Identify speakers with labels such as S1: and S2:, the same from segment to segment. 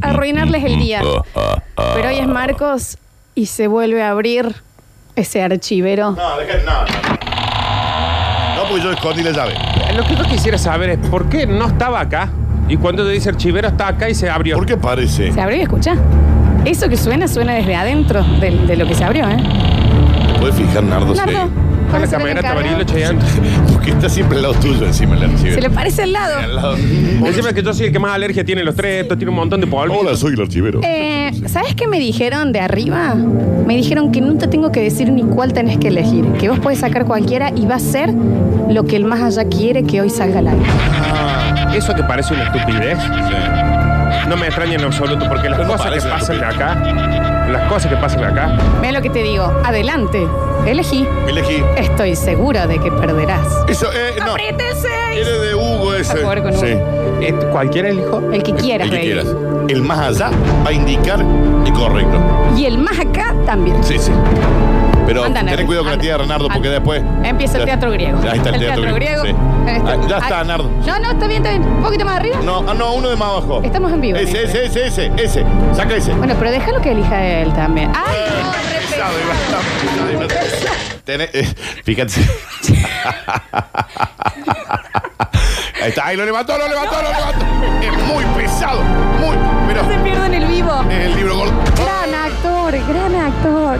S1: arruinarles el día. Pero hoy es Marcos y se vuelve a abrir ese archivero.
S2: No, deja, no, no. No, porque yo escondí la llave.
S3: Eh, Lo que yo quisiera saber es por qué no estaba acá. Y cuando te dice el chivero está acá y se abrió.
S2: ¿Por qué parece?
S1: Se abrió y escucha. Eso que suena, suena desde adentro de, de lo que se abrió, ¿eh?
S2: ¿Puedes fijar, Nardo? si-
S1: Nardo,
S3: Está la
S1: ¿cuál será que
S3: camarera
S1: encarga?
S3: Tabarilo Cheyenne.
S2: Porque está siempre al lado tuyo encima el archivero.
S1: Se le parece al lado.
S2: Al lado.
S3: Encima que yo soy el que más alergia tiene los tres, esto tiene un montón de polvo.
S2: Hola, soy el archivero.
S1: Eh, ¿Sabes qué me dijeron de arriba? Me dijeron que no te tengo que decir ni cuál tenés que elegir, que vos podés sacar cualquiera y va a ser lo que el más allá quiere que hoy salga al aire.
S3: Eso que parece una estupidez,
S2: Sí.
S3: no me extraña en absoluto, porque las
S2: Pero no
S3: cosas que
S2: parece una
S3: pasan de acá, las cosas que pasan de acá,
S1: Mira lo que te digo, adelante, elegí.
S2: Elegí.
S1: Estoy segura de que perderás.
S2: Eso, eh, no.
S1: ¡Apriete el seis!
S2: Eres de Hugo ese.
S1: A jugar con
S2: Sí.
S1: Hugo.
S3: eh, cualquiera elijo.
S1: El que quieras,
S2: El que
S1: Rey.
S2: quieras. El más allá va a indicar el correcto.
S1: Y el más acá también.
S2: Sí, sí. Pero
S1: Anda,
S2: ten
S1: Nardo.
S2: cuidado con la
S1: Anda.
S2: tía de Renardo, porque
S1: Anda.
S2: después.
S1: Empieza el
S2: Ya-
S1: teatro griego.
S2: Ya está el, teatro, griego.
S1: Ahí
S2: sí.
S1: está.
S2: Ah, ya está,
S1: Ahí-
S2: Nardo.
S1: No, no, está bien, está bien. Un poquito más arriba.
S2: No, ah, no, uno de más abajo.
S1: Estamos en vivo.
S2: Ese, ese, ese, ese, ese. Saca ese.
S1: Bueno, pero déjalo que elija él también. ¡Ay, no, repete.
S2: Sabe, va, sabe, va. Tené- eh, fíjate. Ahí está, ahí lo levantó, lo levantó, lo levantó. Es muy pesado, muy. Pero
S1: Se pierde en el vivo.
S2: es el libro gordo.
S1: Gran actor, gran actor.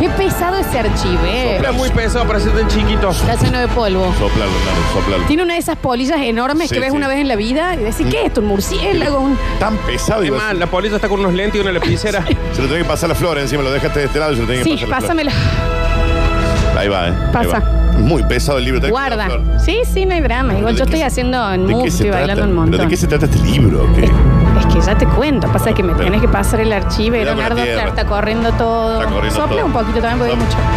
S1: Qué pesado ese archivero.
S3: Era muy pesado para ser tan chiquito.
S1: Está lleno de polvo.
S2: Soplalo, Nardo, soplalo.
S1: Tiene una de esas polillas enormes
S2: Sí,
S1: que ves
S2: sí. Mm.
S1: una vez en la vida y decís, ¿qué es esto? ¿Un murciélago? Un-
S2: Tan pesado,
S3: Es
S2: iba a
S3: más, la polilla está con unos lentes y una lapicera.
S2: ser. Se lo tiene que pasar la flor encima, lo dejaste de este lado y se lo tiene que
S1: Sí,
S2: pasar. la flor.
S1: pásamela.
S2: Ahí va, eh. ahí
S1: Pasa.
S2: va. Muy pesado el libro. tenés que pasar la flor.
S1: Guarda. Sí, sí, no hay drama. Igual
S2: ¿De
S1: yo
S2: qué
S1: estoy
S2: se-
S1: haciendo en
S2: ¿De
S1: mood,
S2: qué se
S1: estoy bailando
S2: trata?
S1: un
S2: ¿Pero
S1: montón.
S2: de qué se trata este libro? o qué?
S1: Es que ya te cuento, pasa que me
S2: Pero-
S1: tienes que pasar el archivero,
S2: Cuidado con la
S1: Nardo,
S2: tierra.
S1: claro, está corriendo todo.
S2: Está corriendo
S1: Sopla
S2: todo.
S1: un poquito también porque hay
S2: Sopla.
S1: mucho.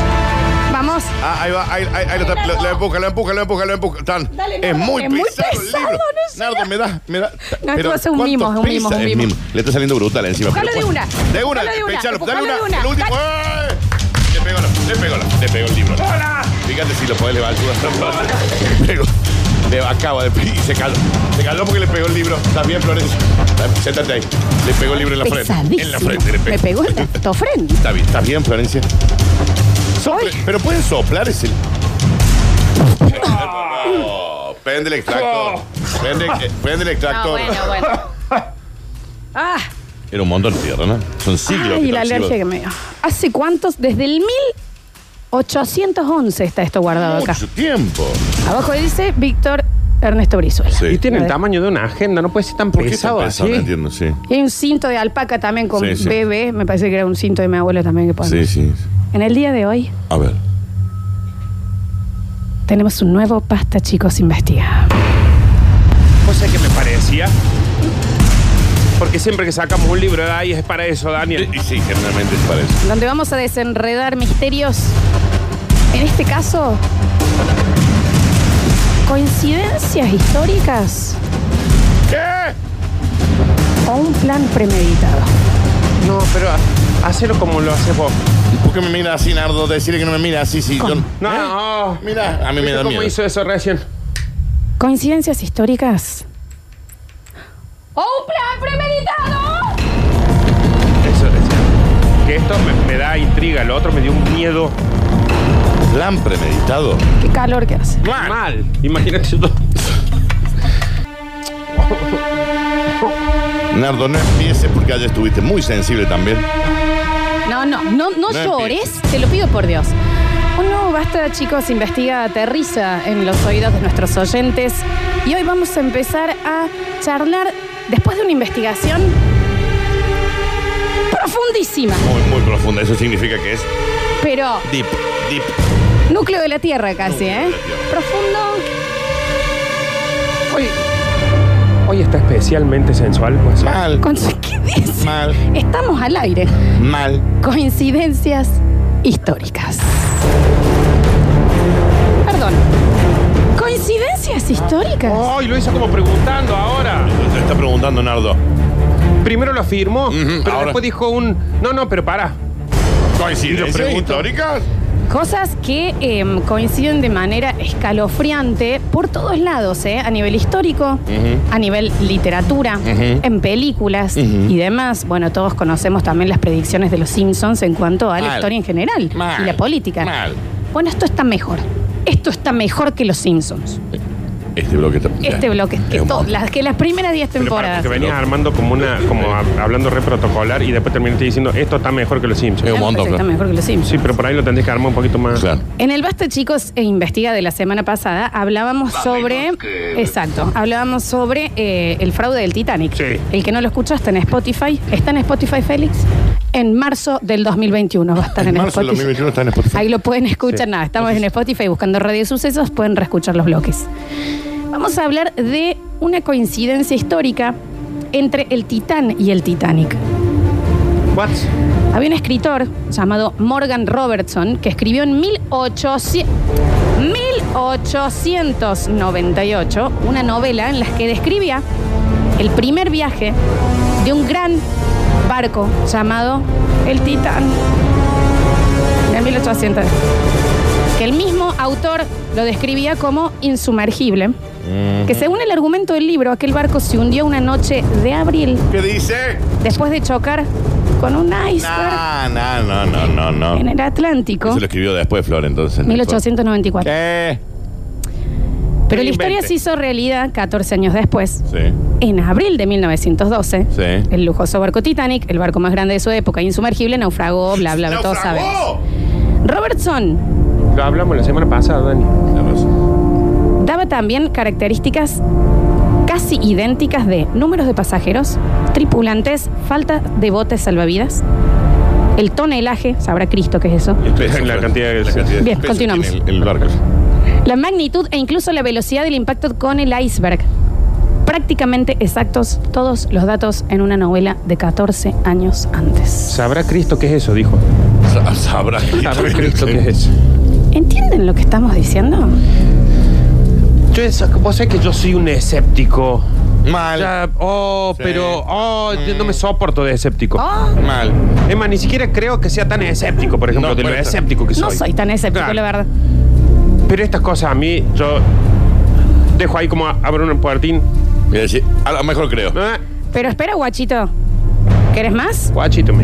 S1: Vamos.
S2: Ah, ahí va, ahí, ahí, ahí lo, está- lo- lo empuja, lo empuja, lo empuja, lo empuja. Tan.
S1: Dale,
S2: es
S1: Nardo,
S2: muy
S1: es muy
S2: pesado, el
S1: pesado,
S2: libro.
S1: no sé.
S2: Nardo, me da, me da.
S1: No, esto va a ser un
S2: ¿cuánto
S1: mimo, es un mimo, es un
S2: pesa?
S1: mimo.
S2: Le está saliendo brutal encima.
S1: Empujalo
S2: pero
S1: de una,
S2: ¿cuánto? De una,
S1: empujalo de una,
S2: pechalo, dale
S1: empujalo de
S2: una.
S1: una.
S2: El último. ¡eh! Le pegó, la- le pegó, la- le pegó el libro.
S3: ¡Hola!
S2: Fíjate si lo podés levantar. Le pegó. Le acaba de y se caló. Se caló porque le pegó el libro. ¿Estás bien, Florencia? Está bien, Siéntate ahí. Le pegó el libro en la frente.
S1: Pesadísimo.
S2: En la frente le pegó.
S1: Me pegó en la ofrenda.
S2: Está bien, ¿estás bien, Florencia? Sople- pero pueden soplar ese. No, prende el extractor. Prende, eh, prende el
S1: No,
S2: extractor.
S1: Oh. Ah, bueno, bueno. Ah,
S2: Era un montón de tierra, ¿no? Son siglos.
S1: ay,
S2: que
S1: la
S2: lo
S1: alergia que
S2: sigo.
S1: me dio. ¿Hace cuántos? Desde el 1811 está esto guardado acá.
S2: Mucho tiempo.
S1: Abajo dice Víctor Ernesto Brizuela.
S2: Sí.
S3: Y tiene el tamaño de una agenda, no puede ser tan
S2: ¿Por qué
S3: pesado
S2: tan pesado? No
S3: así.
S2: entiendo, sí.
S1: Y hay un cinto de alpaca también con
S2: Sí, sí.
S1: bebé. Me parece que era un cinto de mi abuelo también que ponía.
S2: Sí, sí.
S1: En el día de hoy
S2: A ver.
S1: tenemos un nuevo Pasta Chicos Investiga.
S3: Cosa que me parecía. Porque siempre que sacamos un libro de ahí es para eso, Daniel.
S2: Y sí, generalmente es para eso.
S1: Donde vamos a desenredar misterios. En este caso, coincidencias históricas
S2: ¿Qué?
S1: o un plan premeditado.
S3: No, pero ha- hacelo como lo haces vos.
S2: ¿Por qué me mira así, Nardo? Decirle que no me mira así, sí. Yo...
S3: No, no.
S2: Mira, a mí ¿Eh? me
S3: ¿Viste
S2: da
S3: ¿Cómo
S2: miedo.
S3: hizo eso recién?
S1: Coincidencias históricas o un plan premeditado.
S3: Eso decía. Que esto me, me da intriga, lo otro me dio un miedo
S2: Plan premeditado.
S1: Qué calor que hace.
S3: mal. Imagínate yo.
S2: Nardo, no empieces porque ayer estuviste muy sensible también.
S1: No, no, no, no,
S2: No
S1: llores, te lo pido por Dios. Oh, no, basta, chicos, investiga, aterriza en los oídos de nuestros oyentes. Y hoy vamos a empezar a charlar, después de una investigación profundísima,
S2: Muy, muy profunda. Eso significa que es
S1: pero
S2: deep, deep.
S1: núcleo de la Tierra casi,
S2: Núcleo de
S1: ¿eh?
S2: la Tierra.
S1: Profundo.
S3: Hoy, hoy está especialmente sensual, pues.
S2: Mal,
S1: Con su- ¿Qué dice?
S2: mal,
S1: Estamos al aire.
S2: mal.
S1: Coincidencias históricas. Perdón. Coincidencias históricas.
S3: Ay, lo hizo como preguntando ahora.
S2: Te está preguntando, Nardo.
S3: Primero lo afirmó,
S2: Ujú,
S3: pero
S2: ahora.
S3: después dijo un. No, no, pero para.
S2: ¿Coincidencias
S3: pregunto.
S2: históricas?
S1: Cosas que eh, coinciden de manera escalofriante por todos lados, ¿eh? a nivel histórico, a nivel literatura,
S2: Ujú.
S1: en películas
S2: Ujú.
S1: y demás. Bueno, todos conocemos también las predicciones de los Simpsons en cuanto a la
S2: Mal.
S1: historia en general
S2: Mal.
S1: y la política.
S2: Mal.
S1: Bueno, esto está mejor. Esto está mejor que los Simpsons.
S2: Este bloque está.
S1: Este bloque, que,
S2: Es un
S1: to-
S2: montón.
S1: las, que las primeras 10
S3: Pero para
S1: temporadas.
S3: que te venías armando como una, como a- hablando re protocolar y después terminaste diciendo esto está mejor que los
S2: Es
S3: Simpsons.
S2: un montón,
S1: Está
S2: claro.
S1: mejor que los Simpsons.
S3: Sí, pero por ahí lo tendrías que armar un poquito más.
S2: Claro.
S1: En el Basta Chicos e Investiga de la semana pasada hablábamos sobre. Exacto, hablábamos sobre eh, el fraude del Titanic.
S3: Sí.
S1: El que no lo escucha está en Spotify. ¿Está en Spotify, Félix? En marzo del 2021 va a estar en,
S2: En marzo del
S1: Spotify.
S2: 2021 está en Spotify.
S1: Ahí lo pueden escuchar.
S3: Sí.
S1: Nada, estamos en Spotify buscando Radio Sucesos, pueden reescuchar los bloques. Vamos a hablar de una coincidencia histórica entre el Titán y el Titanic.
S3: What?
S1: Había un escritor llamado Morgan Robertson que escribió en 1800 1898 una novela en la que describía el primer viaje de un gran barco llamado el Titán. En 1800. Que el mismo autor lo describía como insumergible. Que según el argumento del libro, aquel barco se hundió una noche de abril
S2: ¿Qué dice?
S1: después de chocar con un iceberg
S2: No, no, no, no, no, no.
S1: en el Atlántico,
S2: Eso lo escribió después Flor, entonces.
S1: 1894.
S2: ¿Qué?
S1: Pero la
S3: Reinvente.
S1: historia se hizo realidad 14 años después.
S2: Sí.
S1: En abril de 1912,
S2: Sí.
S1: el lujoso barco Titanic, el barco más grande de su época, insumergible, naufragó, bla, bla, bla, todos sabemos.
S2: ¡Naufragó!
S1: Robertson
S3: Lo hablamos la semana pasada, Dani.
S1: daba también características casi idénticas de números de pasajeros, tripulantes, falta de botes salvavidas, el tonelaje, sabrá Cristo qué es eso,
S2: El peso,
S3: La
S2: Flor.
S3: cantidad de-
S2: La cantidad de
S1: Bien,
S2: peso
S1: continuamos.
S2: tiene El, el barco.
S1: La magnitud e incluso la velocidad del impacto con el iceberg. Prácticamente exactos todos los datos en una novela de 14 años antes.
S3: Sabrá Cristo qué es eso, dijo.
S2: Sa- Sabrá.
S3: Sabrá Cristo qué es eso.
S1: ¿Entienden lo que estamos diciendo?
S3: Yo es- vos sabés que yo soy un escéptico.
S2: Mal.
S3: Ya, oh,
S2: Sí.
S3: pero oh, yo no me
S2: Mm.
S3: soporto de escéptico.
S1: Oh,
S2: Mal.
S3: Es más, ni siquiera creo que sea tan escéptico, por ejemplo,
S2: No,
S3: de lo
S2: puede ser.
S3: escéptico que soy.
S1: no soy tan escéptico,
S3: Claro.
S1: la verdad.
S3: Pero estas cosas a mí, yo dejo ahí como abro un puertín.
S2: Voy a decir, a lo mejor creo.
S3: Ah,
S1: Pero espera, guachito. ¿Querés más?
S3: guachito, me.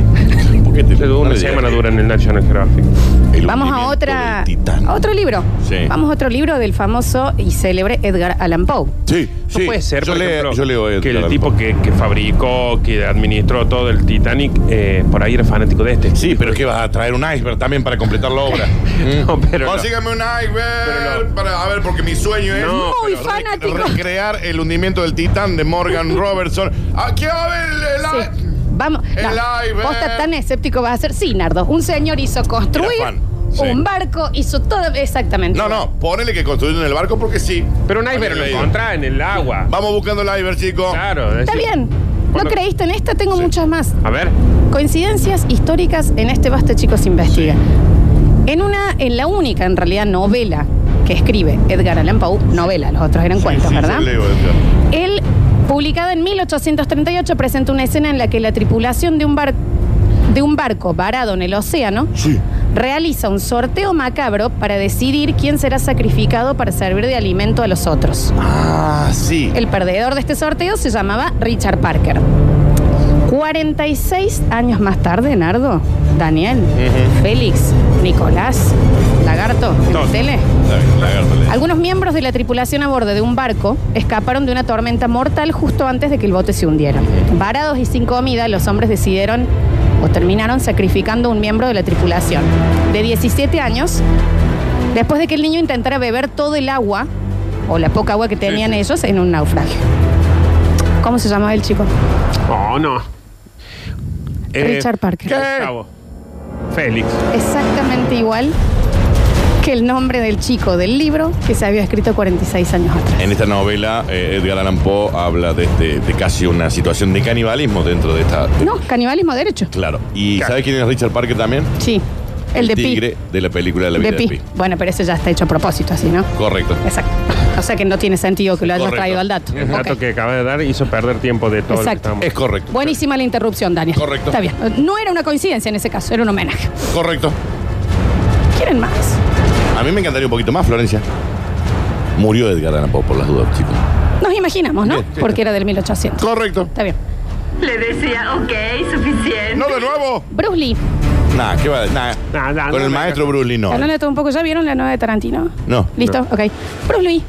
S2: ¿Por qué te-
S3: Se
S2: no
S3: dura
S2: le
S3: una
S2: digas
S3: semana
S2: que-
S3: dura en el National Geographic.
S2: El
S1: Vamos a
S2: hundimiento
S1: otra
S2: del Titán.
S1: a otro libro.
S2: Sí.
S1: Vamos a otro libro del famoso y célebre Edgar Allan Poe.
S2: Sí, sí.
S3: No puede ser,
S2: yo
S3: por
S2: leo,
S3: ejemplo,
S2: yo leo Edgar
S3: que el
S2: Allan
S3: tipo
S2: Poe.
S3: que, que fabricó, que administró todo el Titanic, eh, por ahí era fanático de este.
S2: Sí, pero es que vas a traer un iceberg también para completar la obra. Mm.
S3: No, pero no.
S2: Consígame un iceberg.
S3: Pero no.
S2: para, a ver, porque mi sueño es
S3: No.
S1: Muy
S2: re-
S1: fanático.
S2: recrear el hundimiento del titán de Morgan Robertson. Aquí va a ver el, el-
S1: Sí. Vamos.
S2: El
S1: No,
S2: iceberg.
S1: vos estás tan escéptico vas a ser. Sí, Nardo. Un señor hizo construir
S2: Juan, sí.
S1: un barco, hizo todo exactamente.
S2: No, no, ponele que construyeron el barco porque sí.
S3: Pero un iceberg
S2: Había
S3: lo
S2: leído.
S3: encontrás en el agua.
S2: Vamos buscando el iceberg, chico.
S3: Claro. es
S1: Está
S3: decir,
S1: bien. No
S3: cuando-
S1: creíste en esta, tengo
S2: Sí.
S1: muchas más.
S3: A ver.
S1: Coincidencias históricas en este Basta Chicos Investiga. En una, en la única, en realidad, novela que escribe Edgar Allan Poe, novela, los otros eran
S2: Sí,
S1: cuentos,
S2: sí,
S1: ¿verdad?
S2: yo leo Edgar.
S1: Él, publicado en 1838, presenta una escena en la que la tripulación de un, bar- de un barco varado en el océano
S2: Sí.
S1: realiza un sorteo macabro para decidir quién será sacrificado para servir de alimento a los otros.
S2: Ah, sí.
S1: El perdedor de este sorteo se llamaba Richard Parker. 46 años más tarde, Nardo, Daniel, Félix, Nicolás, Lagarto, en la
S3: Todos.
S1: tele.
S2: Está bien, lagarto, le-
S1: Algunos miembros de la tripulación a bordo de un barco escaparon de una tormenta mortal justo antes de que el bote se hundiera. Varados y sin comida, los hombres decidieron o terminaron sacrificando a un miembro de la tripulación de 17 años después de que el niño intentara beber todo el agua o la poca agua que tenían
S2: sí.
S1: ellos en un naufragio. ¿Cómo se llamaba el chico?
S3: Oh, no. Eh,
S1: Richard Parker.
S3: ¿qué? Gustavo. Félix.
S1: Exactamente igual que el nombre del chico del libro que se había escrito 46 años atrás.
S2: En esta novela, eh, Edgar Allan Poe habla de, este- de casi una situación de canibalismo dentro de esta. de-
S1: No, canibalismo derecho.
S2: Claro. ¿Y
S3: Claro.
S2: sabe quién es Richard Parker también?
S1: Sí, el, de Pi.
S2: tigre de la película de la vida
S1: De
S2: de
S1: pi.
S2: Pi.
S1: Bueno, pero eso ya está hecho a propósito, así, ¿no?
S2: Correcto.
S1: Exacto. O sea que no tiene sentido que lo hayas
S2: Correcto.
S1: traído al dato.
S2: El
S3: El
S1: Ok.
S3: dato que acaba de dar hizo perder tiempo de todo
S1: Exacto.
S3: lo
S2: Es
S3: que estamos.
S2: correcto.
S1: Buenísima la interrupción, Daniel.
S2: Correcto.
S1: Está bien. No era una coincidencia en ese caso, era un homenaje.
S2: Correcto.
S1: quieren más.
S2: A mí me encantaría un poquito más, Florencia. Murió Edgar Allan Poe, por las dudas, chicos.
S1: Nos imaginamos, ¿no?
S2: Bien, sí.
S1: Porque era del 1800.
S2: Correcto.
S1: Está bien.
S4: Le decía, ok, suficiente.
S2: No de nuevo.
S1: Bruce Lee.
S2: Nah, ¿qué va? a- Nah.
S3: Nah, nah,
S2: Con
S3: no
S2: el
S3: me-
S2: maestro Bruce Lee, no.
S1: Hablando de todo un poco, ¿ya vieron la nueva de Tarantino?
S2: No.
S1: ¿Listo? Ok. Bruce Lee.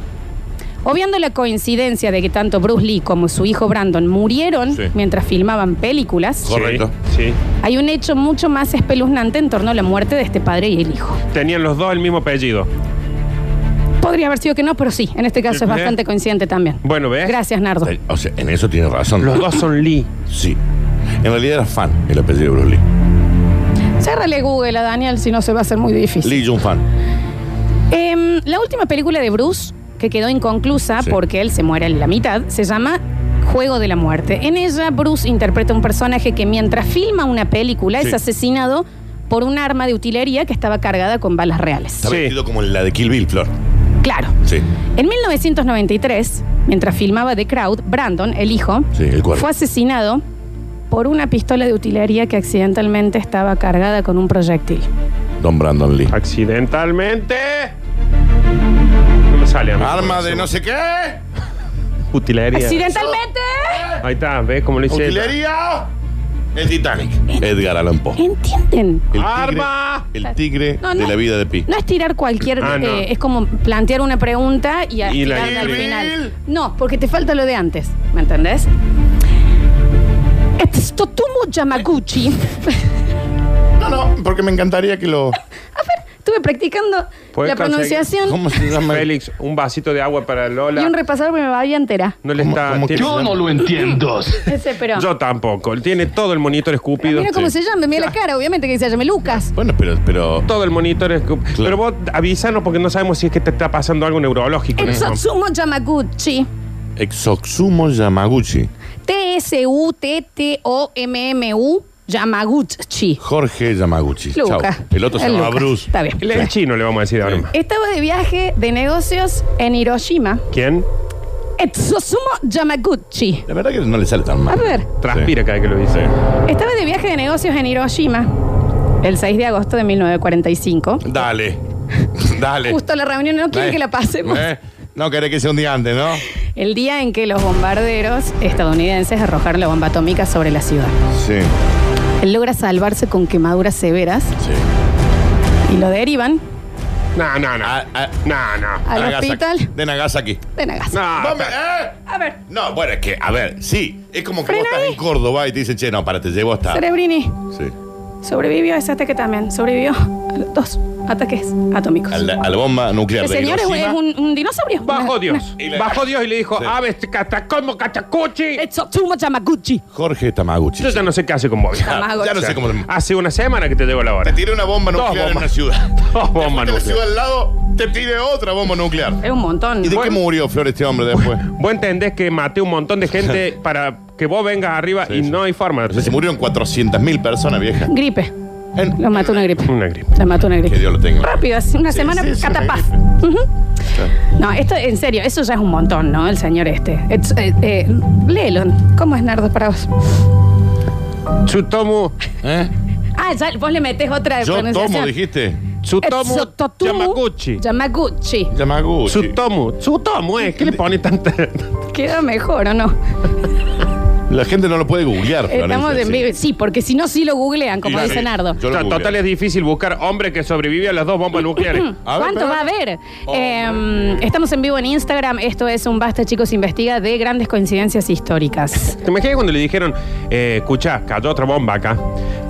S1: Obviando la coincidencia de que tanto Bruce Lee como su hijo Brandon murieron
S2: Sí.
S1: mientras filmaban películas,
S2: Sí. Correcto.
S3: Sí.
S1: hay un hecho mucho más espeluznante en torno a la muerte de este padre y el hijo.
S3: Tenían los dos el mismo apellido.
S1: Podría haber sido que no, pero sí, en este caso es
S3: Ujú.
S1: bastante coincidente también.
S3: Bueno, ¿ves?
S1: Gracias, Nardo.
S2: Eh, O sea, en eso tiene razón.
S3: Los dos son Lee.
S2: Sí. En realidad era fan el apellido de Bruce Lee.
S1: Cérrale Google a Daniel, si no se va a hacer muy difícil.
S2: Lee Jung Fan.
S1: Em, la última película de Bruce, que quedó inconclusa
S2: Sí.
S1: porque él se muere en la mitad, se llama Juego de la Muerte. En ella, Bruce interpreta a un personaje que mientras filma una película es
S2: Sí.
S1: asesinado por un arma de utilería que estaba cargada con balas reales.
S2: Está
S3: Sí.
S2: vestido como la de Kill Bill, Flor.
S1: Claro.
S2: Sí.
S1: En 1993, mientras filmaba The Crowd, Brandon, el hijo,
S2: Sí, el cuerpo.
S1: fue asesinado por una pistola de utilería que accidentalmente estaba cargada con un proyectil.
S2: Don Brandon Lee.
S3: Accidentalmente. No me sale. amigo.
S2: Arma de no sé qué.
S3: Utilería.
S1: ¡Accidentalmente!
S3: Ahí está, ¿ves cómo lo hice?
S2: Utilería. El Titanic. Edgar Allan Poe.
S1: ¿Entienden?
S2: El
S3: Arma.
S2: Tigre, el tigre
S1: No,
S2: de
S1: no.
S2: la vida de Pi.
S1: No es tirar cualquier.
S3: Ah, no.
S1: eh, es como plantear una pregunta y, a-
S3: Y la
S1: tirarla al
S3: Evil.
S1: final. No, porque te falta lo de antes. ¿Me entendés? Este Totomo Yamaguchi.
S2: No, no, porque me encantaría que lo.
S1: Estuve practicando
S3: ¿Puede
S1: la
S3: conseguir?
S1: pronunciación
S2: ¿Cómo se llama?
S3: Félix, un vasito de agua para
S1: y un
S3: Lola.
S1: repasador me vaya entera.
S3: No le
S2: ¿Cómo-
S3: está.
S2: cómo
S3: tiene-
S2: que-
S5: Yo no lo entiendo.
S1: Ese, pero.
S3: Yo tampoco. Tiene todo el monitor escupido.
S1: mira cómo se llama, mira la cara, obviamente que se llame Lucas.
S2: Bueno, pero, pero.
S3: Todo el monitor escupido. Pero vos avísanos porque no sabemos si es que te está pasando algo neurológico. en
S1: El
S3: eso.
S1: Totsumo Yamaguchi.
S2: Exoxumo Yamaguchi.
S1: T-S-U-T-T-O-M-M-U Yamaguchi.
S2: Jorge Yamaguchi.
S1: Lucas.
S2: Chao. El otro se llama
S1: Lucas.
S2: Bruce.
S1: Está bien.
S3: Él es chino, le vamos a decir ahora.
S1: Estaba de viaje de negocios en Hiroshima.
S3: ¿Quién?
S1: Etsusumo Yamaguchi.
S2: La verdad que no le sale tan
S1: A
S2: mal.
S1: ver,
S3: Transpira cada vez que lo dice.
S1: estaba de viaje de negocios en Hiroshima el 6 de agosto de 1945.
S2: Dale. Dale.
S1: Justo la reunión no quiere
S2: Eh.
S1: que la pasemos.
S2: Eh. No querés que sea un día antes, ¿no?
S1: El día en que los bombarderos estadounidenses arrojaron la bomba atómica sobre la ciudad.
S2: Sí.
S1: Él logra salvarse con quemaduras severas
S2: Sí.
S1: y lo derivan
S3: No, no, no.
S2: A- a-
S3: No, no.
S1: al
S2: Nagasaki.
S1: hospital
S2: De Nagasaki.
S1: de Nagasaki.
S3: No,
S2: Vos me- ¿eh?
S1: A ver,
S2: No, bueno, es que, a ver, sí. Es como que vos
S1: Frena
S2: estás
S1: ahí.
S2: en Córdoba y te dicen, che, no, para, te llevo hasta.
S1: Cerebrini
S2: Sí.
S1: sobrevivió a ese ataque también. Sobrevivió a los dos ataques atómicos.
S2: A la, a la bomba nuclear
S1: El
S2: de
S1: señor es un,
S2: Hiroshima.
S1: es un- un dinosaurio.
S3: Bajo Dios.
S2: Y la-
S3: Bajo Dios y le dijo,
S2: Sí.
S3: aves, catacomo, catacuchi.
S1: Etsusumo Yamaguchi.
S2: Jorge Tamaguchi.
S3: Yo ya no sé qué hace con vos.
S1: Está mal.
S2: Ya no sé cómo.
S3: Hace una semana que te debo la
S2: Te
S3: hora. Oh,
S2: tiré una bomba
S3: Dos
S2: nuclear en
S3: bombas.
S2: una ciudad.
S3: Dos bombas
S2: Después de la ciudad
S3: nuclear.
S2: al lado, te tiré otra bomba nuclear.
S1: Es un montón.
S2: ¿Y de qué murió Flor este hombre después?
S3: Vos entendés que maté un montón de gente para que vos vengas arriba y
S2: sí.
S3: no hay forma.
S2: O sea, se murieron 400.000 personas, vieja.
S1: Gripe.
S2: En-
S1: Lo mató una gripe.
S3: Una gripe.
S1: La mató una gripe.
S2: Que Dios lo tenga.
S1: Rápido, así, una
S2: Sí,
S1: semana,
S2: sí, sí, una
S1: catapaz.
S2: gripe.
S1: Ujú. No, esto en serio, eso ya es un montón, ¿no? El señor este. Ets- eh, eh, léelo. ¿Cómo es Nardo para vos?
S3: Tsutomu,
S2: ¿Eh?
S1: Ah, ya vos le metés otra
S2: Yo
S1: pronunciación.
S2: tomo, dijiste.
S3: Tsutomu,
S1: Etsototumu
S3: Yamaguchi.
S1: Yamaguchi.
S2: Yamaguchi.
S3: Tsutomu, Tsutomu, eh. ¿Qué le pone tanta...?
S1: Queda mejor, ¿o no?
S2: La gente no lo puede googlear.
S1: Estamos
S2: Florencia,
S1: en vivo. Sí, porque si no, sí lo googlean, como
S2: Y-
S1: dice
S2: sí,
S1: Nardo.
S2: Yo lo
S3: Total,
S2: googleo.
S3: es difícil buscar hombre que sobrevive a las dos bombas nucleares.
S2: A ver,
S1: ¿Cuánto
S2: espera.
S1: va a haber?
S2: Oh,
S1: Eh, estamos en vivo en Instagram. Esto es un Basta Chicos Investiga de grandes coincidencias históricas.
S3: ¿Te imaginas cuando le dijeron, eh, escuchá, cayó otra bomba acá,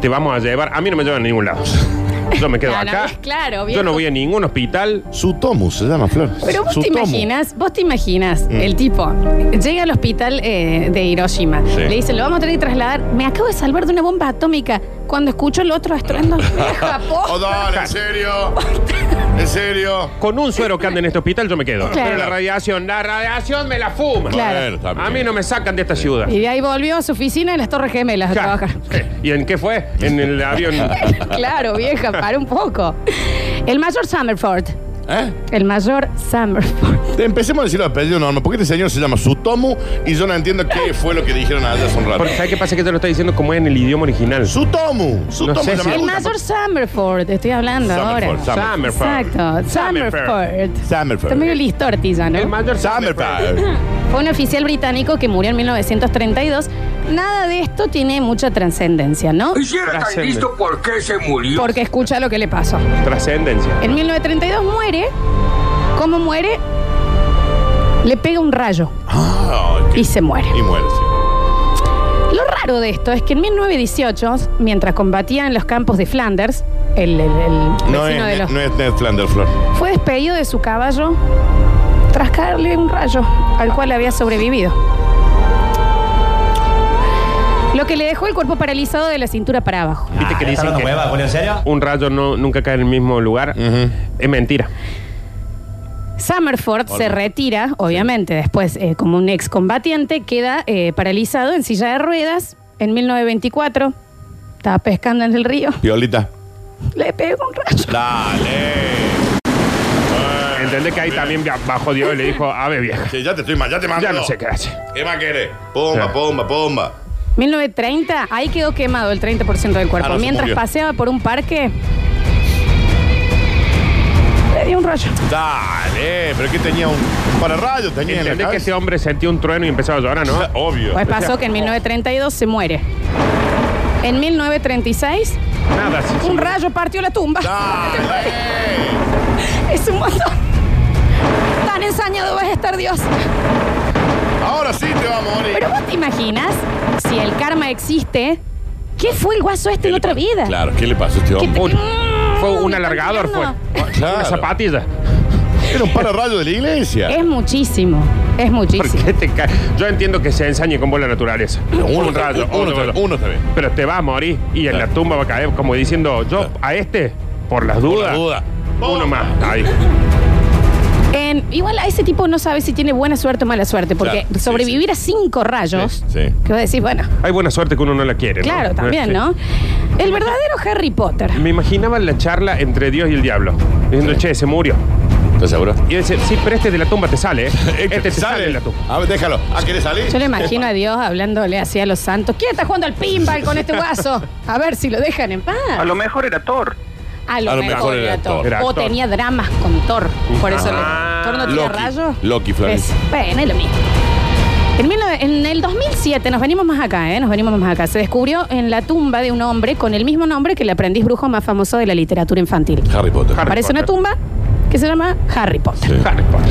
S3: te vamos a llevar? A mí no me llevan a ningún lado. Yo me quedo
S1: Ah, no,
S3: acá.
S1: es claro,
S3: Yo
S1: viejo.
S3: no voy a ningún hospital.
S2: Sutomu se llama Flor.
S1: Pero vos te
S2: Sutomu.
S1: imaginas, vos te imaginas,
S2: Mm.
S1: el tipo llega al hospital eh, de Hiroshima,
S2: Sí.
S1: le dicen, lo vamos a tener que trasladar, me acabo de salvar de una bomba atómica, cuando escucho el otro estruendo, viejo, aposta.
S2: Oh, dale, en serio. En serio.
S3: Con un suero que ande en este hospital, yo me quedo.
S1: Claro.
S3: Pero la radiación, la radiación me la fuma.
S1: Claro.
S2: Bueno, está bien.
S3: A mí no me sacan de esta ciudad.
S1: Y de ahí volvió a su oficina en las Torres Gemelas a
S3: Ja.
S1: trabajar.
S3: Sí. ¿Y en qué fue? En el avión.
S1: claro, vieja, para un poco. El mayor Summerford
S2: ¿Eh?
S1: El mayor Summerford.
S2: Te- Empecemos a decir los apellidos normal, porque este señor se llama Sutomu y yo no entiendo qué fue lo que dijeron allá hace un rato.
S3: Porque ¿sabes qué pasa? Que te lo está diciendo como es en el idioma original.
S2: Sutomu, Sutomu
S3: No
S2: se
S3: sé si-
S2: llama
S1: El
S2: algo
S1: mayor Summerford, estoy hablando
S2: Summerford,
S1: ahora.
S2: Summerford.
S1: Exacto, Summerford.
S2: Summerford.
S1: Está medio listorti ya, ¿no?
S3: El mayor
S2: Summerford.
S1: Fue un oficial británico que murió en 1932. Nada de esto tiene mucha trascendencia, ¿no?
S5: Y si era tan
S3: Trascende.
S5: listo, ¿por qué se murió?
S1: Porque escucha lo que le pasó.
S3: Trascendencia.
S1: En 1932 muere. ¿Cómo muere? Le pega un rayo
S2: Ah,
S1: y se muere.
S2: y muere. sí.
S1: Lo raro de esto es que en 1918, mientras combatía en los campos de Flanders, el, el- el
S2: No
S1: vecino de
S2: es,
S1: los...
S2: no es Ned Flanders, Flor.
S1: Fue despedido de su caballo tras caerle un rayo al cual había sobrevivido. Lo que le dejó el cuerpo paralizado de la cintura para abajo.
S3: ¿Viste que dicen que
S6: ¿En serio?
S3: un rayo no, nunca cae en el mismo lugar?
S2: Ujú.
S3: Es mentira.
S1: Summerford se
S2: Hola.
S1: retira, obviamente, después eh, como un excombatiente, queda eh, paralizado en silla de ruedas en 1924. Estaba pescando en el río,
S2: Piolita.
S1: le pegó un rayo.
S2: Dale.
S3: ¿Entendés que ahí también bajó Dios y le dijo, ave vieja?
S2: Sí, ya te estoy mal, ya te mando.
S3: Ya no sé qué hace.
S2: ¿Qué más querés? Pomba,
S3: Sí.
S2: pomba, pomba.
S1: 1930, ahí quedó quemado el 30% del cuerpo.
S2: Ah, no, se
S1: Mientras
S2: murió.
S1: paseaba por un parque, le dio un rayo.
S2: Dale, pero que tenía un, un pararrayo, tenía en la
S3: ¿Entendés que ese
S2: cabeza.
S3: hombre sentió un trueno y empezó a llorar, no?
S2: Obvio.
S1: Pues pasó que en 1932 se muere. En 1936,
S3: Nada. sí, sí.
S1: un rayo partió la tumba.
S2: Dale.
S1: Es un montón. Tan ensañado vas a estar, Dios.
S2: Ahora sí te va a morir.
S1: Pero vos te imaginas, si el karma existe, ¿qué fue el guaso este
S2: ¿Qué
S1: en
S2: le
S1: otra
S2: pasó?
S1: vida?
S2: Claro, ¿qué le pasó a este hombre?
S3: Un- fue un
S1: me
S3: alargador,
S1: están
S3: fue.
S1: tirando.
S2: Claro.
S3: Una zapatilla.
S2: Era un pararrayo de la iglesia.
S1: Es muchísimo, es
S3: ¿Por
S1: muchísimo.
S3: qué te cae? Yo entiendo que se ensañe con vos la naturaleza.
S2: Uno
S3: un
S2: está-
S3: rayo,
S2: uno está- uno está bien.
S3: Pero te va a morir y en la
S2: Claro.
S3: tumba va a caer como diciendo, yo a este, por las dudas,
S2: duda.
S3: uno más. Ahí.
S1: En- igual a ese tipo no sabe si tiene buena suerte o mala suerte, porque
S2: Claro, sí,
S1: sobrevivir
S2: sí.
S1: a cinco rayos,
S2: Sí, sí.
S1: que vos decís, bueno,
S3: Hay buena suerte que uno no la quiere. ¿no? Eh,
S1: claro,
S3: Sí.
S1: también, ¿no? El verdadero Harry Potter.
S3: Me imaginaba la charla entre Dios y el diablo, diciendo, che, se murió.
S2: ¿Estás seguro?
S3: Y él dice, sí, pero este de la tumba te sale, ¿eh? Este te sale de la tumba.
S2: A ver, déjalo. ¿Ah, querés salir?
S1: Yo le imagino a Dios hablándole así a los santos. ¿Quién está jugando al pinball con este guaso? A ver si lo dejan en paz.
S5: A lo mejor era Thor.
S1: A lo, mejor, era Thor.
S3: Era
S1: O
S3: actor.
S1: tenía dramas con Thor. Por eso
S3: Ah,
S1: le, Thor no tiene
S2: Loki.
S1: rayos.
S2: Loki, Florencia.
S1: Es, bueno, es lo mismo. En, mil nove- en el 2007, nos venimos más acá, ¿eh? Nos venimos más acá. Se descubrió en la tumba de un hombre con el mismo nombre que el aprendiz brujo más famoso de la literatura infantil.
S2: Harry Potter.
S3: Harry
S1: Aparece una
S3: Potter.
S1: tumba que se llama Harry Potter.
S2: Sí.
S3: Harry Potter.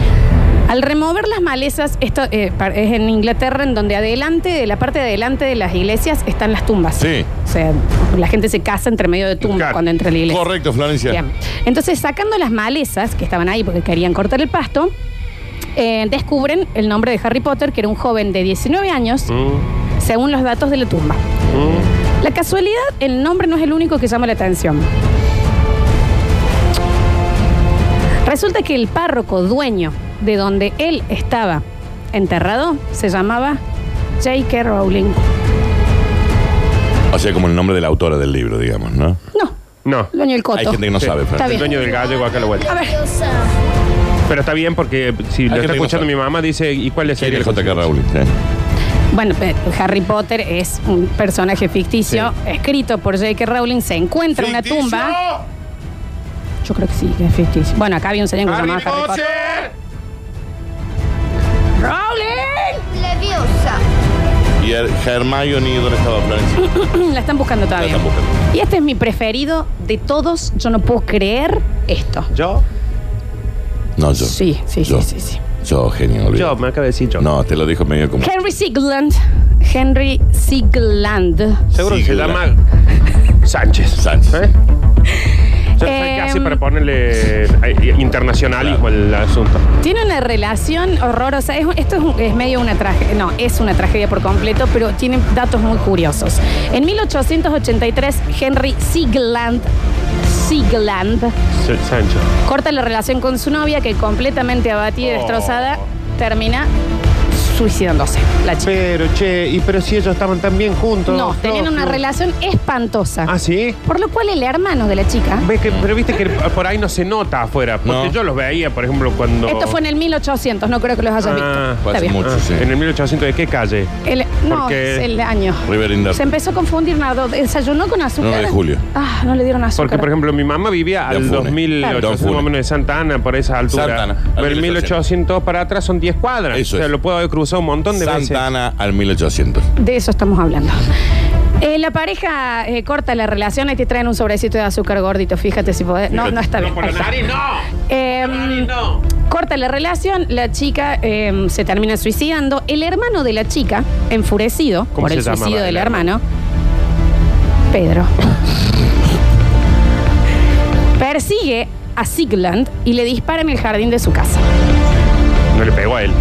S1: Al remover las malezas, esto eh, pa- es en Inglaterra, en donde adelante, de la parte de adelante de las iglesias, están las tumbas.
S2: Sí.
S1: O sea, la gente se casa entre medio de tumbas
S3: Claro.
S1: cuando entra a la iglesia.
S2: Correcto, Florencia.
S1: Bien. Entonces, sacando las malezas que estaban ahí porque querían cortar el pasto, eh, descubren el nombre de Harry Potter, que era un joven de 19 años,
S3: Mm,
S1: según los datos de la tumba.
S3: mm.
S1: La casualidad, el nombre no es el único que llama la atención. Resulta que el párroco dueño de donde él estaba enterrado se llamaba J.K. Rowling.
S2: O sea, como el nombre de la autora del libro, digamos, ¿no?
S1: No,
S3: No.
S1: dueño del coto.
S2: Hay gente que no
S3: Sí.
S2: sabe,
S1: Está
S2: Florencia.
S3: El
S1: bien.
S3: dueño del gallego acá a la vuelta.
S1: A ver,
S3: Pero está bien porque si
S2: Hay
S3: lo
S2: gente
S3: está
S2: que no
S3: escuchando
S2: sabe.
S3: mi mamá, dice, ¿y cuál es
S2: Sí, el
S3: el
S2: J.K. Rowling. sí.
S1: Bueno, pe- Harry Potter es un personaje ficticio escrito por J.K. Rowling. Se encuentra en una
S2: ¡Ficticio!
S1: tumba. Yo creo que sí, que es ficticio. Bueno, acá había un señor que se
S2: ¡Harry
S1: llamaba Harry Potter.
S2: Potter!
S1: ¡Rowling!
S7: Leviosa.
S2: Y el Hermione, ¿dónde estaba Florencia?
S1: Mm, La están buscando todavía.
S2: La están buscando.
S1: Y este es mi preferido de todos. Yo no puedo creer esto.
S3: Yo,
S2: No, yo.
S1: Sí, sí,
S2: Yo.
S1: sí, sí, sí.
S2: Yo, genio, olvidé.
S3: yo, me acaba de decir yo.
S2: No, te lo dijo medio como.
S1: Henry Sigland. Henry Sigland.
S3: Seguro que se
S2: Sigla.
S3: llama Sánchez.
S2: Sánchez.
S3: ¿Eh? Yo no sé
S1: Em.
S3: qué hace para ponerle eh, internacionalismo al asunto.
S1: Tiene una relación horrorosa. Es- esto es, un- es medio una tragedia. No, es una tragedia por completo, pero tiene datos muy curiosos. En 1883, Henry Sigland, Sigland
S3: S- Sancho.
S1: corta la relación con su novia, que completamente abatida y
S3: Oh.
S1: destrozada termina suicidándose, la chica.
S6: Pero, che, y pero si ellos estaban tan bien juntos.
S1: No, tenían una
S6: Flojo.
S1: relación espantosa.
S6: Ah, sí.
S1: Por lo cual el hermano de la chica,
S3: ¿Ves que, pero viste que por ahí no se nota afuera. Porque
S2: No.
S3: yo los veía, por ejemplo, cuando.
S1: esto fue en el 1800, no creo que los hayas
S3: Ah,
S1: visto.
S2: fue
S1: Está
S2: hace
S1: bien.
S2: mucho.
S3: Ah,
S2: Sí.
S3: En el 1800, ¿de qué calle?
S1: El- no,
S3: Porque-
S1: es el año.
S2: River in the-
S1: Se empezó a confundir, Nardo. ¿Desayunó con azúcar?
S2: 9 de julio.
S1: Ah, no le dieron azúcar.
S3: Porque, por ejemplo, mi mamá vivía
S2: Don
S3: al
S2: Funes.
S3: 2800,
S2: Don
S3: más
S2: Funes.
S3: o menos de Santa Ana, por esa altura.
S2: Santa Ana, al
S3: Pero el 1800 para atrás son 10 cuadras.
S2: Eso
S3: o sea,
S2: es.
S3: lo puedo haber cruzado un montón de veces.
S2: Santa Ana al 1800.
S1: De eso estamos hablando. Eh, la pareja eh, corta la relación y te traen un sobrecito de azúcar gordito. Fíjate si podés. No,
S2: Fíjate.
S1: no está bien.
S3: por la
S1: Ahí está.
S3: nariz, no.
S1: Em, corta la relación, la chica em, se termina suicidando. El hermano de la chica, enfurecido
S3: ¿Cómo
S1: por
S3: se
S1: el
S3: llamaba
S1: suicidio
S3: el
S1: del hermano, Pedro, persigue a Sigland y le dispara en el jardín de su casa.
S3: No le pegó a él.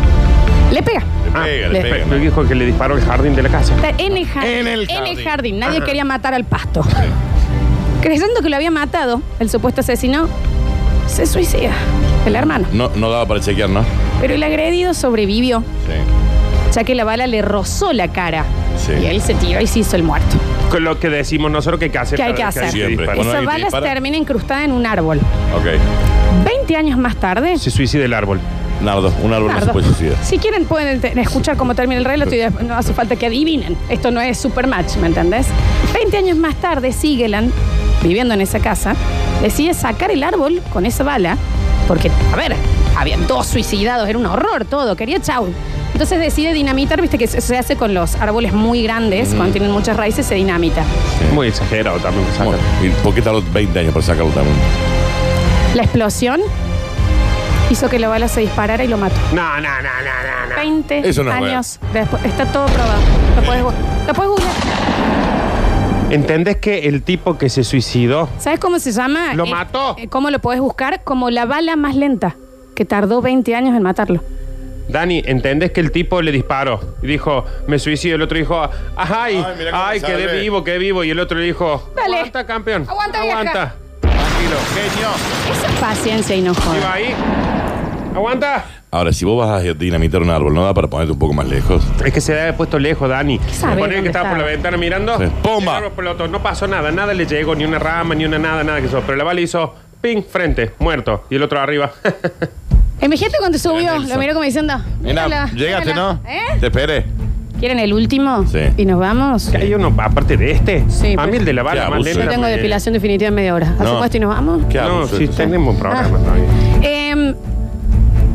S1: Le pega.
S2: Le
S3: Ah,
S2: pega,
S1: le
S2: le pega.
S3: Me dijo que le disparó el jardín de la casa.
S1: Está En el, jardín,
S2: En el
S1: en el
S2: jardín.
S1: jardín. Nadie quería matar al pasto. Creyendo que lo había matado, el supuesto asesino se suicida, el hermano.
S2: No, no daba para chequear, ¿no?
S1: Pero el agredido sobrevivió,
S2: Sí.
S1: ya que la bala le rozó la cara.
S2: Sí.
S1: Y él se tiró y se hizo el muerto.
S3: Con lo que decimos nosotros que hay que hacer.
S1: ¿Qué hay que
S3: para
S1: hacer?
S3: se
S2: Siempre.
S3: dispare.
S2: Bueno,
S1: Esa
S2: ahí te
S1: bala
S2: dispara.
S1: termina incrustada en un árbol.
S2: Ok.
S1: 20 años más tarde,
S3: Se suicida el árbol.
S2: Nardo, un árbol no
S1: Nardo,
S2: se puede suicidar.
S1: si quieren pueden te- escuchar cómo termina el relato y después no hace falta que adivinen. Esto no es supermatch, ¿me entendés? 20 años más tarde, Sigeland, viviendo en esa casa, decide sacar el árbol con esa bala, porque, a ver, había dos suicidados, era un horror todo, quería chau. Entonces decide dinamitar, viste que se- se hace con los árboles muy grandes, cuando tienen muchas raíces, se dinamita.
S3: Muy exagerado también. saca.
S2: Bueno, ¿Y por qué tardó 20 años para sacarlo también?
S1: La explosión hizo que la bala se disparara y lo mató.
S3: No, no, no, no, no. no.
S1: 20
S2: Eso no es
S1: años después. Está todo probado. Lo puedes, lo puedes googlear.
S3: ¿Entendés que el tipo que se suicidó
S1: ¿Sabes cómo se llama?
S3: ¿Lo mató?
S1: eh, ¿Cómo lo puedes buscar? Como la bala más lenta, que tardó 20 años en matarlo.
S3: Dani, ¿entendés que el tipo le disparó? Y dijo, me suicido. El otro dijo, ay,
S2: Ay,
S3: ay,
S2: mirá cómo me
S3: quedé
S2: salvé.
S3: vivo, quedé vivo. Y el otro le dijo,
S1: Dale.
S3: aguanta, campeón.
S1: Aguanta, vieja.
S3: Aguanta.
S2: Tranquilo, genio.
S1: Eso es paciencia y no
S3: Y
S1: joda.
S3: va ahí. Aguanta.
S2: Ahora, si vos vas a dinamitar un árbol, ¿no da para ponerte un poco más lejos?
S3: Es que se le había puesto lejos, Dani.
S1: sabe
S3: Poner
S1: dónde
S3: que estaba por la
S1: estaba?
S3: ventana mirando.
S2: Sí. Pumba.
S3: el árbol explotó. No pasó nada, nada le llegó, ni una rama, ni una nada, nada que eso. Pero la bala hizo, ping, frente, muerto. Y el otro arriba.
S1: Imagínate cuando subió,
S2: Nelson.
S1: lo miró como diciendo.
S2: Mira,
S1: mírala,
S2: llegaste,
S1: mírala.
S2: ¿no?
S1: ¿Eh?
S2: Te esperé.
S1: ¿Quieren el último?
S2: Sí.
S1: ¿Y nos vamos?
S3: Que Hay uno, aparte de este.
S1: Sí,
S3: a
S1: pero-
S3: mí el de la bala.
S2: Qué
S3: más
S2: abuso.
S3: lenta
S1: Yo tengo
S3: me-
S1: depilación definitiva en media hora. ¿Hace
S2: No.
S1: puesto y nos vamos?
S2: Qué
S3: No,
S2: abuso este
S3: sí,
S2: eso.
S3: tenemos
S1: Ah.
S3: problemas todavía.
S1: Em,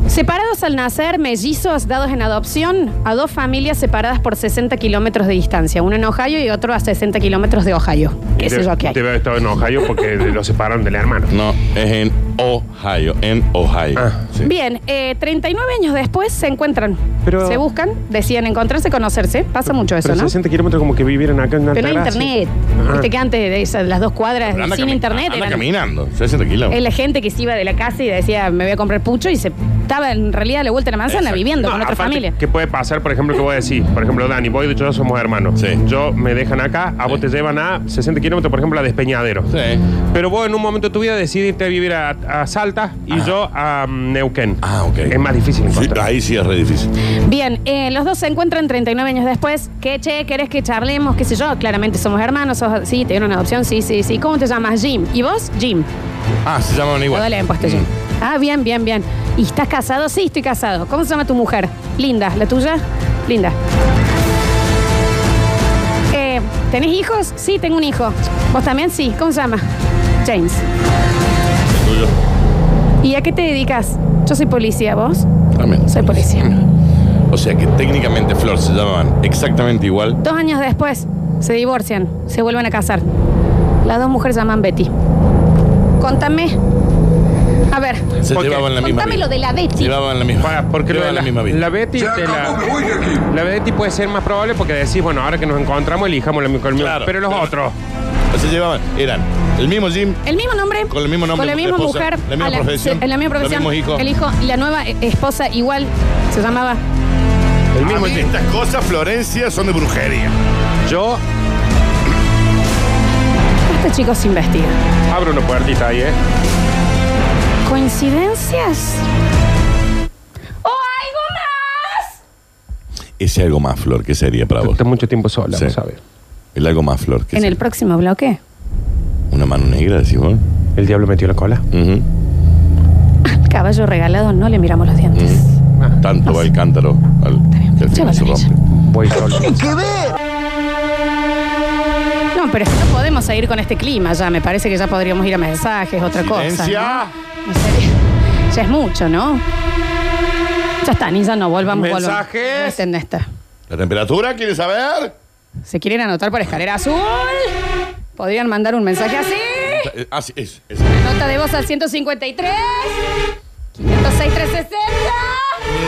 S1: separados al nacer, mellizos dados en adopción a dos familias separadas por 60 kilómetros de distancia. Uno en Ohio y otro a 60 kilómetros de Ohio. ¿Qué sé
S3: Debe-
S1: yo qué hay?
S3: Debe haber estado en Ohio porque lo separaron del hermano.
S2: No, es en Ohio, en Ohio.
S3: Ah.
S2: Sí.
S1: Bien, eh, 39 años después se encuentran.
S3: Pero-
S1: se buscan, deciden encontrarse, conocerse. Pasa mucho eso,
S3: Pero
S1: ¿no?
S3: 60 kilómetros como que vivieron acá
S1: Pero
S3: en
S1: no hay
S3: Altagracia.
S1: internet.
S3: Ah.
S1: Viste que antes de esas, las dos cuadras
S2: Pero anda
S1: sin
S2: cami-
S1: internet
S2: Anda
S1: eran-
S2: caminando, 60 kilómetros.
S1: es la gente que se iba de la casa y decía, me voy a comprar pucho y se estaba en realidad a la vuelta de la manzana
S2: Exacto.
S1: viviendo con otra
S3: aparte,
S1: familia.
S3: ¿Qué puede pasar, por ejemplo, que voy a decir? Por ejemplo, Dani, vos y yo somos hermanos.
S2: Sí.
S3: Yo me dejan acá, a vos te llevan a 60 kilómetros, por ejemplo, a Despeñadero.
S2: Sí.
S3: Pero vos en un momento de tu vida decidiste vivir a, a Salta y yo a mm, Neuquén.
S2: Ah, ok.
S3: Es más difícil
S2: Sí,
S3: encontrar.
S2: ahí sí es re difícil.
S1: Bien, eh, los dos se encuentran 39 años después. ¿Qué, che, querés que charlemos? ¿Qué sé yo? Claramente somos hermanos. sos- sí, te dieron una adopción. Sí, sí, sí. ¿Cómo te llamas? Jim. ¿Y vos? Jim.
S2: Ah, se llaman
S1: Todo
S2: igual.
S1: le impuesto Jim. Ah, bien, bien, bien. ¿Y estás casado? Sí, estoy casado. ¿Cómo se llama tu mujer? Linda. ¿La tuya? Linda. Eh, ¿Tenés hijos? Sí, tengo un hijo. ¿Vos también? Sí. ¿Cómo se llama? James.
S2: Tuyo.
S1: ¿Y a qué te dedicas? Yo soy policía. ¿Vos?
S2: También.
S1: Soy policía.
S2: O sea que técnicamente Flor se llamaban exactamente igual.
S1: Dos años después, se divorcian, se vuelven a casar. Las dos mujeres se llaman Betty. Contame. A ver,
S2: Se
S3: ¿Por qué?
S2: llevaban la misma
S1: contame
S2: vida.
S1: lo de la Betty.
S2: Llevaban la misma.
S3: Para- porque lo de
S2: llevaban
S3: la,
S2: la, misma vida.
S3: la Betty
S5: Ya
S3: te la-
S5: acabó, me voy de aquí.
S3: la Betty puede ser más probable porque decís, bueno, ahora que nos encontramos elijamos la misma conmigo.
S2: Claro.
S3: pero los
S2: Pero-
S3: otros.
S2: O sea, llevaban, eran el mismo gym.
S1: El mismo nombre.
S2: Con el mismo
S1: Con
S2: nombre,
S1: la misma
S2: esposa,
S1: mujer.
S2: la misma
S1: a
S2: profesión,
S1: sí, la misma profesión.
S2: los mismos hijos.
S1: El hijo, la nueva eh, esposa igual se llamaba.
S3: El mismo
S2: A mí
S3: gym.
S2: Estas cosas, Florencia, son de brujería.
S3: Yo
S1: Este chico se investiga.
S3: abro una puertita ahí, ¿eh?
S1: ¿Coincidencias? ¿O algo más?
S2: Ese algo más, Flor, ¿qué sería para vos?
S6: Está mucho tiempo sola,
S2: Sí.
S6: no sabe.
S2: El algo más, Flor. ¿qué
S1: En el
S2: sería?
S1: próximo bloque.
S2: ¿Una mano negra, decís vos?
S6: El diablo metió la cola.
S2: Ujú.
S1: Al caballo regalado no le miramos los dientes.
S2: Mm.
S1: Ah,
S2: Tanto va el cántaro al, que al final se
S1: Llévalo,
S2: rompe.
S6: Voy solo.
S1: No, pero es que no podemos seguir con este clima ya. Me parece que ya podríamos ir a mensajes, otra cosa.
S2: Silencia.
S1: ¿no? En serio. Ya es mucho, ¿no? Ya está, ni ya no volvamos. volvamos.
S3: Mensajes.
S1: No estén de esta.
S2: ¿La temperatura? ¿Quieres saber?
S1: ¿Se quieren anotar por escalera azul? ¿Podrían mandar un mensaje así?
S2: Eh, Ah, sí, es, es.
S1: Nota de voz al 153. 506 360.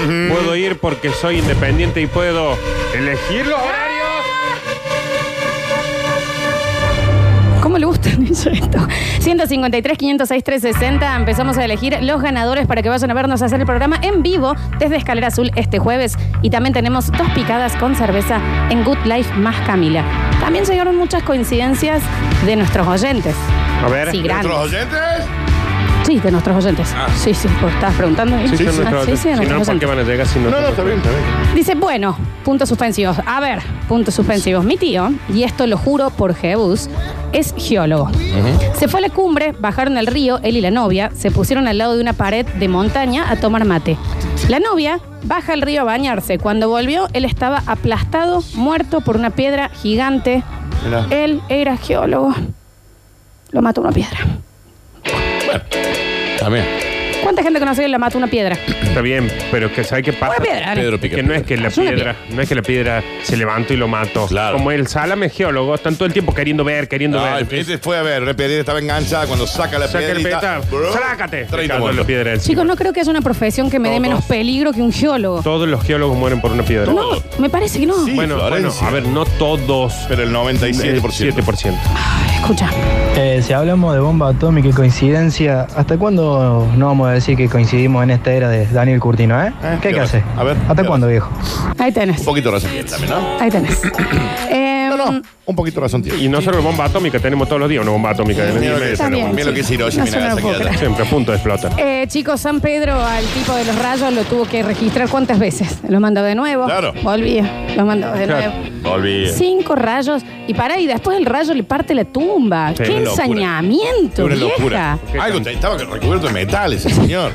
S3: Puedo ir porque soy independiente y puedo elegir los horarios.
S1: ¿Cómo le gustan esto? 153, 506, 360. Empezamos a elegir los ganadores para que vayan a vernos hacer el programa en vivo desde Escalera Azul este jueves. Y también tenemos dos picadas con cerveza en Good Life más Camila. También llegaron muchas coincidencias de nuestros oyentes.
S3: A ver.
S1: Sí,
S2: ¿Nuestros
S1: grandes.
S2: oyentes?
S1: Sí, de nuestros oyentes.
S2: Ah.
S1: Sí, sí, porque estabas preguntando. ahí.
S3: Sí, son
S1: Ah,
S3: nuestros-
S1: sí, sí, de nuestros
S3: si no, ¿por qué
S1: oyentes.
S3: van a llegar si no?
S2: No, no, está bien, está bien.
S1: Dice, bueno, puntos suspensivos. A ver, puntos suspensivos. Mi tío, y esto lo juro por Jebus, es geólogo. Se fue a la cumbre, bajaron al río, él y la novia, se pusieron al lado de una pared de montaña a tomar mate. La novia baja al río a bañarse. Cuando volvió, él estaba aplastado, muerto por una piedra gigante.
S2: Mirá.
S1: Él era geólogo. Lo mató una piedra.
S2: Bueno, también.
S1: ¿Cuánta gente conoce que la mató una piedra?
S3: Está bien, pero que sabe qué pasa.
S1: Una piedra. dale.
S2: Pedro pica.
S3: Que no es que la
S1: Es una
S3: piedra, no es que la piedra se levantó y lo mató.
S2: Claro.
S3: Como el salame geólogo, están todo el tiempo queriendo ver, queriendo
S2: Ah,
S3: ver.
S2: ese fue a ver, una piedrita estaba enganchada cuando saca la
S3: Saca el
S2: piedrita.
S3: peta,
S2: bro,
S3: sácate.
S2: 30
S3: Sacando la
S2: muertos.
S3: piedra encima.
S1: Chicos, no creo que haya una profesión que me dé
S3: Todos.
S1: menos peligro que un geólogo.
S3: Todos los geólogos mueren por una piedra.
S1: No, me parece que no.
S2: Sí,
S3: bueno, bueno,
S2: Florencia.
S3: a ver, no todos.
S2: Pero el 97%.
S3: 7%.
S1: Escucha.
S7: Eh, si hablamos de bomba atómica y coincidencia, ¿hasta cuándo no vamos a decir que coincidimos en esta era de Daniel Curtino, eh?
S2: Eh,
S7: ¿Qué hay
S2: ¿qué
S7: que
S2: hora?
S7: hacer?
S2: A ver, ¿qué
S7: ¿Hasta
S2: hora?
S7: cuándo, viejo?
S1: Ahí tenés.
S2: Un poquito de razón tiene también, ¿no?
S1: Ahí tenés. Eh,
S2: No, no, un poquito de razón tiene.
S3: Y no solo bomba atómica, tenemos todos los días una bomba atómica. en el
S2: Mira lo
S3: día
S2: que
S3: medio
S2: es,
S1: bien,
S2: mira lo que
S1: chicos.
S2: es Hiroshima
S1: No
S2: y
S1: se me lo
S2: Nagasaki.
S1: puedo
S2: allá.
S1: creer.
S3: Siempre a punto de explotar.
S1: eh, chicos, San Pedro al tipo de los rayos lo tuvo que registrar cuántas veces. Lo mandaba de nuevo.
S2: Claro.
S1: Volvía. Lo mandaba de
S3: Claro.
S1: nuevo.
S2: Volví.
S1: Cinco rayos. Y para y después el rayo le parte la tumba.
S3: Sí,
S1: ¡Qué
S2: una locura.
S1: ensañamiento,
S2: Una
S1: vieja!
S2: locura. Algo te- estaba recubierto de metales, ese señor.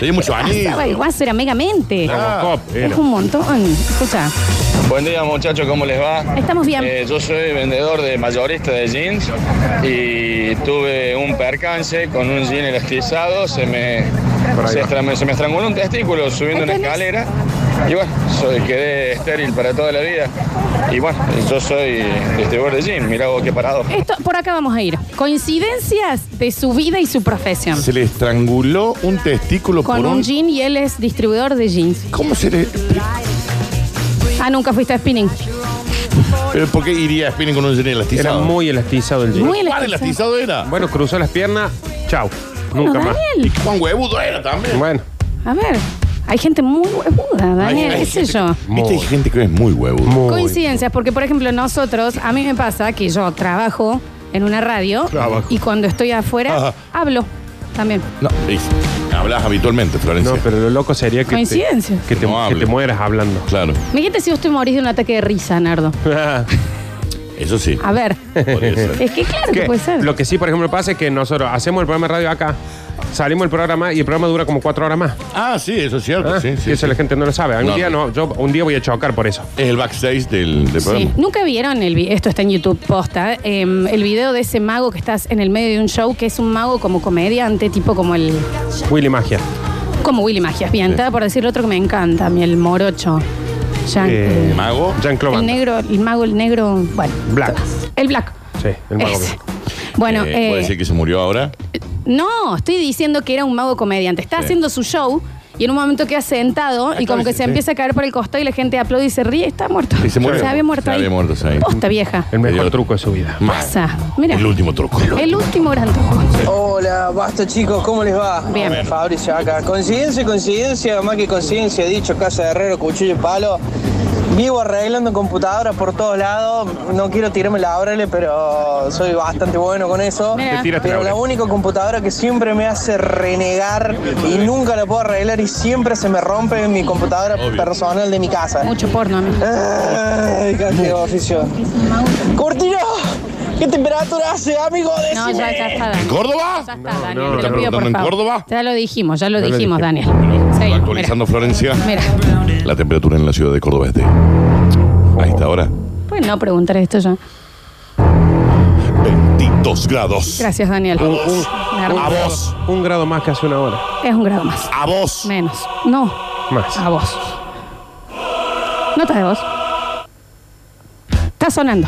S2: Tenía mucho anillo.
S1: Pasaba el guaso, era megamente.
S2: Claro. Ah.
S3: Robocop era.
S1: Es un montón. Escucha,
S8: Buen día muchachos, ¿cómo les va?
S1: estamos bien.
S8: Eh, yo soy vendedor de mayorista de jeans y tuve un percance con un jean elastizado, se me, se estra- se me estranguló un testículo subiendo una
S1: ¿Entendés?
S8: escalera y bueno, soy, quedé estéril para toda la vida. Y bueno, yo soy distribuidor de jeans, mirá vos qué parado.
S1: Esto, por acá vamos a ir. Coincidencias de su vida y su profesión.
S2: Se le estranguló un testículo
S1: Con
S2: por
S1: un jean y él es distribuidor de jeans.
S2: ¿Cómo se le.?
S1: Ah, nunca fuiste a spinning.
S2: ¿Pero por qué iría a spinning con un jean
S3: Era
S2: elastizado?
S3: muy elastizado el jean.
S1: Muy
S2: ¿Cuál
S1: elastizado.
S2: elastizado era?
S3: Bueno, cruzó las piernas, chau.
S1: Bueno,
S3: Nunca más.
S1: Daniel,
S2: Juan Huevudo era también.
S3: Bueno,
S1: a ver, hay gente muy huevuda, Daniel,
S2: Hay- hay
S1: qué sé
S2: gente
S1: yo.
S2: que- Viste, hay gente que es muy huevudo.
S1: Coincidencias, porque por ejemplo nosotros, a mí me pasa que yo trabajo en una radio
S2: Trabajo.
S1: y cuando estoy afuera
S2: Ajá.
S1: hablo también.
S2: No, dice, hablas habitualmente, Florencia.
S3: no, pero lo loco sería que te,
S1: Coincidencias.
S3: que te,
S2: No
S3: que
S2: hable.
S3: te mueras hablando.
S2: Claro,
S1: Me dijiste si vos te morís de un ataque de risa, Nardo.
S2: eso sí.
S1: A ver,
S2: podría ser.
S1: es que claro que
S3: Que
S1: puede ser.
S3: Lo que sí, por ejemplo, pasa es que nosotros hacemos el programa de radio acá, salimos el programa y el programa dura como cuatro horas más.
S2: Ah, sí, eso es cierto.
S3: ¿ah?
S2: Sí, sí,
S3: y eso
S2: sí.
S3: la gente no lo sabe. Algún
S2: No.
S3: día no, yo un día voy a chocar por eso.
S2: Es el backstage del, del
S1: Sí.
S2: programa.
S1: Nunca vieron el vi- esto está en YouTube posta, eh, el video de ese mago que estás en el medio de un show, que es un mago como comediante, tipo como el
S3: Willy Magia.
S1: como Willy Magia, bien, estaba por decir otro que me encanta, a mí el morocho. Jean-
S3: Eh,
S2: Mago.
S3: Jean-Claude
S1: el
S3: Van Damme.
S1: negro, el mago, el negro, bueno.
S3: Black.
S1: El black.
S3: Sí, el mago.
S1: Ese. Bueno,
S2: Eh, ¿Puede
S1: eh,
S2: decir que se murió ahora?
S1: no, estoy diciendo que era un mago comediante. Está
S2: Sí.
S1: haciendo su show y en un momento queda sentado y
S2: claro,
S1: como que
S2: sí,
S1: se
S2: sí.
S1: empieza a caer por el costado y la gente aplaude y se ríe. y Está muerto.
S2: Sí, se murió.
S1: había muerto
S2: Se
S1: ahí.
S2: había muerto, sí.
S1: Posta vieja.
S3: El mejor
S2: Idiota.
S3: truco de su vida.
S1: Pasa. Mira.
S2: El último truco.
S1: El último gran truco.
S9: Hola, basta chicos, ¿cómo les va?
S1: Bien.
S9: Fabricio acá. Coincidencia, coincidencia, más que coincidencia, dicho Casa de Herrero, Cuchillo y Palo. Vivo arreglando computadoras por todos lados. No quiero tirarme la ábrele, pero soy bastante bueno con eso.
S1: Mira. Te
S3: tiraste
S9: Pero
S3: la
S9: la
S3: Ábrele.
S9: única computadora que siempre me hace renegar y nunca la puedo arreglar y siempre se me rompe mi computadora
S2: Obvio.
S9: personal de mi casa.
S1: Mucho porno, amigo.
S9: Ay, cantidad de oficio. Cortino, ¿qué temperatura hace, amigo?
S1: No, ya, ya está,
S2: ¿En
S1: Daniel.
S2: Córdoba?
S1: Ya está, Daniel.
S2: no,
S1: te
S2: está
S1: lo pido,
S2: preguntando
S1: por
S2: en
S1: favor.
S2: Córdoba.
S1: Ya lo dijimos, ya lo
S6: lo
S1: dijimos,
S6: dijimos.
S1: Daniel.
S2: Va
S1: Sí,
S2: Actualizando Florencia.
S1: Mira,
S2: La temperatura en la ciudad de Córdoba es de. A esta hora,
S1: Pueden no preguntar esto ya.
S2: 22 grados.
S1: Gracias, Daniel.
S6: Un, un-
S1: Una hermosa.
S2: A vos.
S6: un grado más que hace una hora.
S1: Es un grado más.
S2: A vos.
S1: Menos. No,
S6: Más.
S1: a vos. Nota de voz. Está sonando.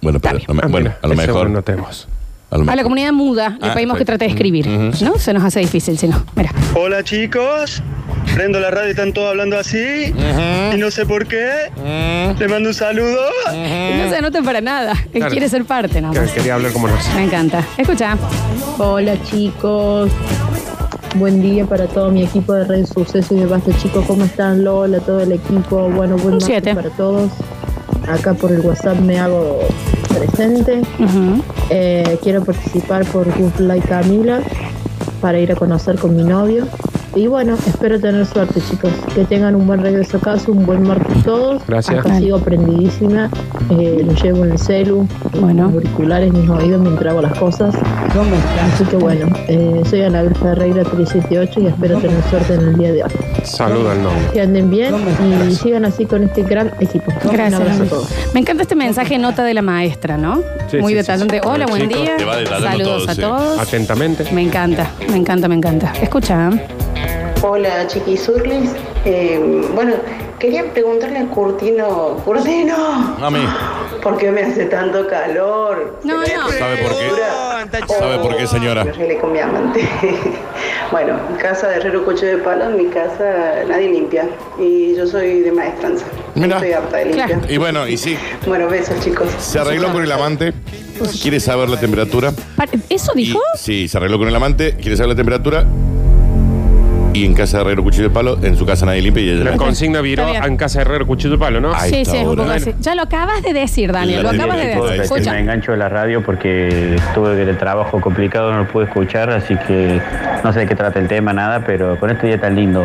S2: Bueno, pero,
S1: Está
S2: a me-
S6: Ah,
S2: bueno,
S6: mira,
S2: a lo
S6: ese
S2: mejor.
S6: No tenemos.
S2: A lo
S1: A la
S2: mejor.
S1: comunidad muda le
S2: Ah,
S1: pedimos que
S2: perfecto. Mm,
S1: trate de escribir.
S2: Ujú.
S1: ¿No? Se nos hace difícil, si no. Mira.
S9: Hola chicos, prendo la radio y están todos hablando así. Y no sé por qué.
S8: Mm.
S9: Le mando un saludo.
S2: Eh.
S1: No se anoten para nada. Él
S6: Claro.
S1: quiere ser parte, ¿no?
S6: Que- Eh, Quería hablar como nos.
S1: Me encanta. Escucha.
S10: Hola chicos, buen día para todo mi equipo de Red Suceso y de Basta Chicos, ¿cómo están? Lola, todo el equipo, bueno, buen martes
S1: siete.
S10: para todos. Acá por el WhatsApp me hago presente.
S1: Ujú.
S10: Eh, quiero participar por Good Like Camila para ir a conocer con mi novio. Y bueno, espero tener suerte chicos, que tengan un buen regreso a casa, un buen martes todos.
S6: Gracias.
S10: Acá sigo prendidísima, eh, lo llevo en el celu,
S1: Bueno.
S10: mis auriculares, mis oídos mientras hago las cosas. Así que bueno, eh, soy Ana Virgen Ferreira 378 y espero tener suerte en el día de hoy.
S6: Saludo al novio.
S10: Que anden bien y sigan así con este gran equipo. Un
S1: Gracias.
S10: abrazo a
S1: Dani.
S10: todos.
S1: Me encanta este mensaje nota de la maestra, ¿no?
S6: Sí,
S1: Muy
S6: sí,
S1: detallante.
S6: sí, sí.
S1: Hola, buen
S6: Chicos,
S1: día.
S2: te va detallando
S1: Saludos
S2: todo,
S1: a
S2: sí.
S1: todos.
S6: Atentamente.
S1: Me encanta, me encanta, me encanta. Escucha. ¿eh?
S11: Hola, chiquisurlis. Eh, bueno, quería preguntarle a Curtino, Curtino,
S2: A mí.
S11: ¿por qué me hace tanto calor?
S1: No, no.
S2: ¿Sabe por qué? ¿Sabe por qué, señora?
S11: Me arreglé con mi amante. bueno, casa de herrero coche de palo, en mi casa nadie limpia. Y yo soy de maestranza.
S2: Mira.
S11: Estoy harta de limpiar.
S1: Claro.
S2: Y bueno, y sí.
S11: Bueno, besos, chicos.
S2: Se arregló con el amante. Quiere saber la temperatura.
S1: Para- ¿Eso
S2: Y-
S1: dijo?
S2: sí, se arregló con el amante. Quiere saber la temperatura. Y en casa de Herrero Cuchillo de Palo, en su casa nadie limpia y ella
S6: La
S2: la-
S6: consigna viró
S1: Está bien.
S6: en casa de Herrero Cuchillo de Palo, ¿no?
S2: Ahí
S1: Sí,
S2: está
S1: sí, es un
S2: ahora.
S1: poco así. Ya lo acabas de decir, Daniel. Lo
S2: La
S1: acabas de
S2: tiene toda
S1: decir.
S2: esta
S1: Escucha.
S9: engancho de la radio porque tuve el trabajo complicado, no lo pude escuchar, así que no sé de qué trata el tema, nada, pero con este día tan lindo,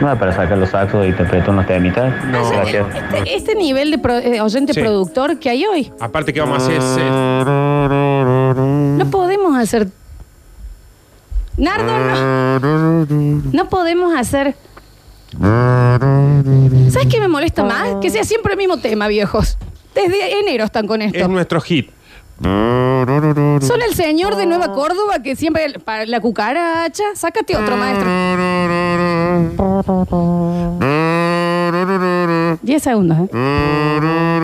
S9: nada para sacar los saxos y interpretar unos temitas.
S6: No.
S9: Gracias.
S1: Este, este nivel de pro- eh, oyente
S6: Sí.
S1: productor que hay hoy,
S6: Aparte que vamos a hacer ese-
S2: Ah.
S1: no podemos hacer. Nardo, no. No podemos hacer. ¿Sabes qué me molesta más? Que sea siempre el mismo tema, viejos. Desde enero están con esto.
S6: es nuestro hit.
S1: Son el señor de Nueva Córdoba que siempre para la cucaracha. Sácate otro maestro. Diez segundos, ¿eh?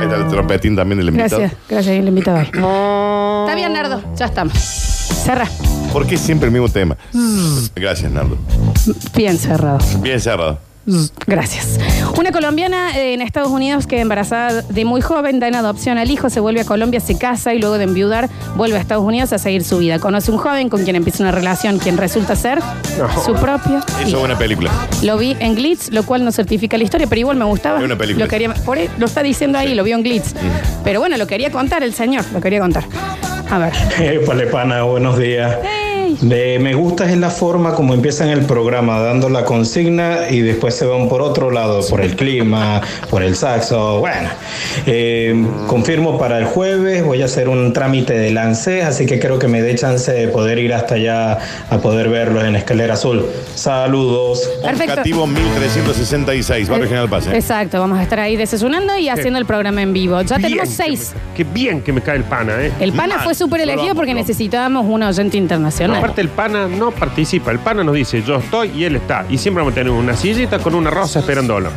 S2: Ahí está el trompetín también del invitado.
S1: Gracias, gracias, el invitado hoy. Está bien, Nardo, ya estamos. Cerra.
S2: ¿Por qué siempre el mismo tema?
S1: Mm.
S2: Gracias, Nardo.
S1: Bien cerrado.
S2: Bien cerrado.
S1: Gracias. Una colombiana eh, en Estados Unidos que embarazada de muy joven da en adopción al hijo, se vuelve a Colombia, se casa y luego de enviudar vuelve a Estados Unidos a seguir su vida. Conoce un joven con quien empieza una relación, quien resulta ser su propio.
S2: Eso
S1: hijo.
S2: es una película.
S1: Lo vi en Glitz, lo cual no certifica la historia, pero igual me gustaba.
S2: Es una película.
S1: Lo, quería, por ahí- lo está diciendo ahí,
S2: Sí. Mm.
S1: lo vio en Glitz. Pero bueno, lo quería contar el señor, lo quería contar. A ver.
S9: Palepana, buenos días. De me gustas es la forma como empiezan el programa, dando la consigna y después se van por otro lado, por el clima, por el saxo. Bueno, eh, confirmo para el jueves, voy a hacer un trámite de lance, así que creo que me dé chance de poder ir hasta allá a poder verlos en Escalera Azul. Saludos.
S1: Perfecto.
S2: Cativo 1366, Barrio General Paz. ¿eh?
S1: Exacto, vamos a estar ahí desayunando y haciendo el programa en vivo. Ya tenemos
S6: Bien que
S1: seis.
S6: me- Qué bien que me cae el pana, ¿eh?
S1: El pana
S2: Mal,
S1: fue súper
S2: yo lo
S1: elegido
S2: amo,
S1: porque
S2: yo lo amo.
S1: necesitábamos un oyente internacional.
S6: Aparte el pana no participa, el pana nos dice yo estoy y él está. Y siempre vamos a tener una sillita con una rosa esperándolo.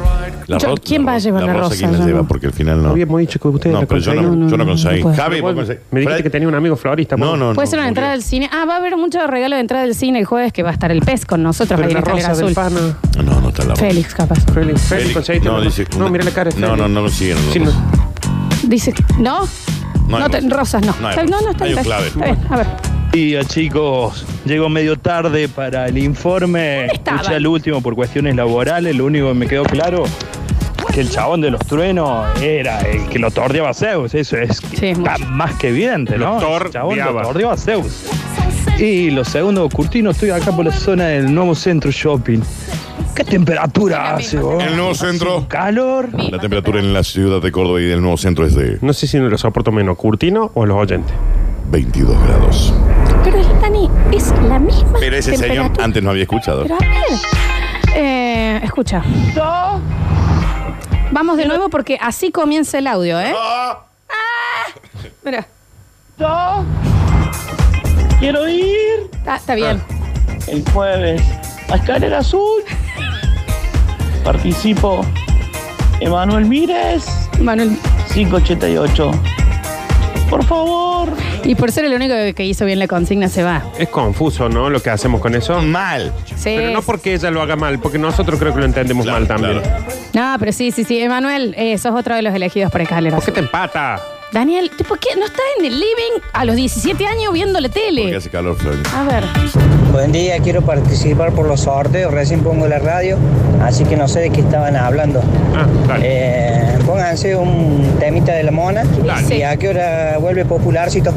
S2: La
S1: Yo-
S2: ro-
S1: ¿quién
S2: la
S1: va a
S2: ro-
S1: llevar la rosa?
S2: ¿Quién la
S1: Yo
S2: lleva?
S1: no.
S2: Porque al final no.
S6: Habíamos dicho que ustedes
S2: No,
S6: la
S2: pero yo
S6: conseguían.
S2: no, yo no conseguí.
S1: no, no
S2: Javi, vos conseguí.
S6: Me dijiste
S2: Fred-
S6: que tenía un amigo florista.
S2: No,
S6: vos.
S2: no, no.
S1: Puede ser una
S2: murió.
S1: entrada al cine. Ah, va a haber mucho regalo de entrada al cine el jueves que va a estar el pez con nosotros
S6: Pero
S1: ahí en
S6: la
S1: Escalera
S6: rosa
S1: Azul.
S6: del pana.
S2: No, no está la rosa.
S1: Félix, capaz.
S6: Félix, Félix,
S2: Félix,
S6: conseguiste
S2: no,
S6: la rosa.
S2: dice-
S6: no, mira la cara. de
S2: No,
S6: Félix.
S2: no, no lo siguen.
S6: Sí, no.
S1: Dice, ¿no? No,
S12: hay
S1: te-
S12: rosas.
S1: rosas no.
S12: No hay
S1: Está- no,
S12: rosas.
S1: no está
S12: Hay un
S1: bien.
S12: clavel.
S1: Está bien, A ver.
S12: Día, chicos. Llego medio tarde para el informe.
S1: estaban?
S12: Escuché al último por cuestiones laborales. Lo único que me quedó claro que el chabón de los truenos era el que lo tordeaba a Zeus. Eso es, está más que evidente, ¿no? El chabón lo
S3: tordeaba.
S12: tordeaba a Zeus. Y lo segundo, Curtino, estoy acá por la zona del nuevo centro shopping. ¿Qué temperatura hace, vos?
S2: El nuevo centro.
S12: calor.
S2: La temperatura en la ciudad de Córdoba y del nuevo centro es de
S3: No sé si lo soporto menos, Curtino o los oyentes.
S2: 22 grados.
S1: Pero el Dani es la misma.
S2: Pero ese señor
S1: temperatura.
S2: antes no había escuchado.
S1: Pero a ver. Eh, escucha. Vamos de nuevo porque así comienza el audio, ¿eh? Ah, mira.
S13: Quiero ir.
S1: Ah, Está, está bien.
S13: El jueves. A escalera azul. Participo. Emanuel Mírez.
S1: Manuel.
S13: 588. Por favor.
S1: Y por ser el único que hizo bien la consigna se va.
S3: Es confuso, ¿no? Lo que hacemos con eso.
S2: Mal.
S1: Sí.
S3: Pero no porque ella lo haga mal, porque nosotros creo que lo entendemos mal también.
S1: No, pero sí, sí, sí. Emanuel, eh, sos otro de los elegidos por escalera.
S3: ¿Por qué te empata?
S1: Daniel, ¿tú ¿por qué no estás en el living a los 17 años viendo la tele?
S2: Hace calor, Flor.
S1: A ver.
S14: Buen día, quiero participar por los sorteos. Recién pongo la radio, así que no sé de qué estaban hablando.
S3: Ah,
S14: Eh, pónganse un temita de la mona y a qué hora vuelve popularcito.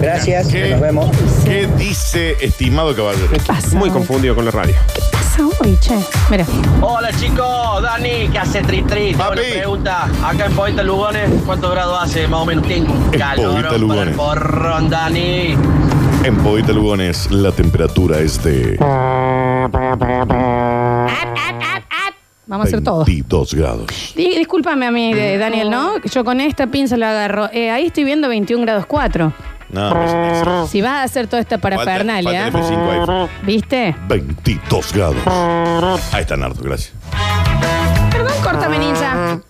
S14: Gracias, nos vemos.
S2: ¿Qué dice, estimado caballero?
S3: Muy confundido con la radio.
S1: pasa hoy, che? Mira.
S13: Hola chicos, Dani, ¿qué hace Tri Tri? Tengo una pregunta, acá en Poeta Lugones, ¿cuánto grado hace más o menos? Tengo un calor
S2: Poeta
S13: para el
S2: Lugones.
S13: porrón, Dani.
S2: En Poeta Lugones, la temperatura es de.
S1: Vamos a hacer todo.
S2: 22 grados.
S1: Di- discúlpame a mí, de- Daniel, ¿no? Yo con esta pinza la agarro. Eh, ahí estoy viendo 21 grados 4.
S2: No, es- es-
S1: Si vas a hacer toda esta parafernalia.
S2: falta el F5
S1: ¿Viste?
S2: 22 grados. Ahí está, Nardo, gracias.
S1: Perdón, córtame, ninja.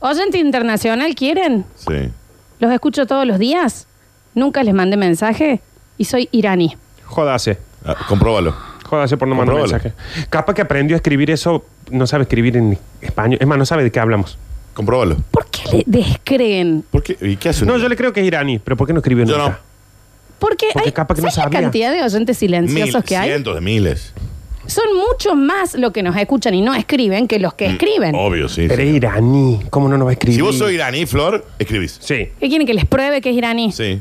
S1: Oyente internacional, ¿quieren?
S2: Sí.
S1: Los escucho todos los días. Nunca les mandé mensaje. Y soy iraní.
S3: Jodase.
S2: Ah, compróbalo.
S3: Jodase por no mandar
S2: Compróbalo.
S3: mensaje. Capaz que aprendió a escribir eso, no sabe escribir en español. Es más, no sabe de qué hablamos.
S2: Compróbalo.
S1: ¿Qué le descreen?
S2: ¿Por qué? ¿Y qué hace?
S3: No, yo le creo que es iraní, pero ¿por qué no escribió nunca?
S1: Porque,
S3: Porque
S1: hay
S3: capaz que no
S1: ¿sabes la
S3: sabía.
S1: cantidad de oyentes silenciosos que hay.
S2: cientos de miles.
S1: Son mucho más los que nos escuchan y no escriben que los que
S3: Mm,
S1: escriben.
S2: Obvio, sí.
S3: Pero es iraní, ¿cómo no nos va a escribir?
S2: Si vos sos iraní, Flor, escribís.
S3: Sí.
S1: ¿Qué quieren que les pruebe que es iraní?
S2: Sí.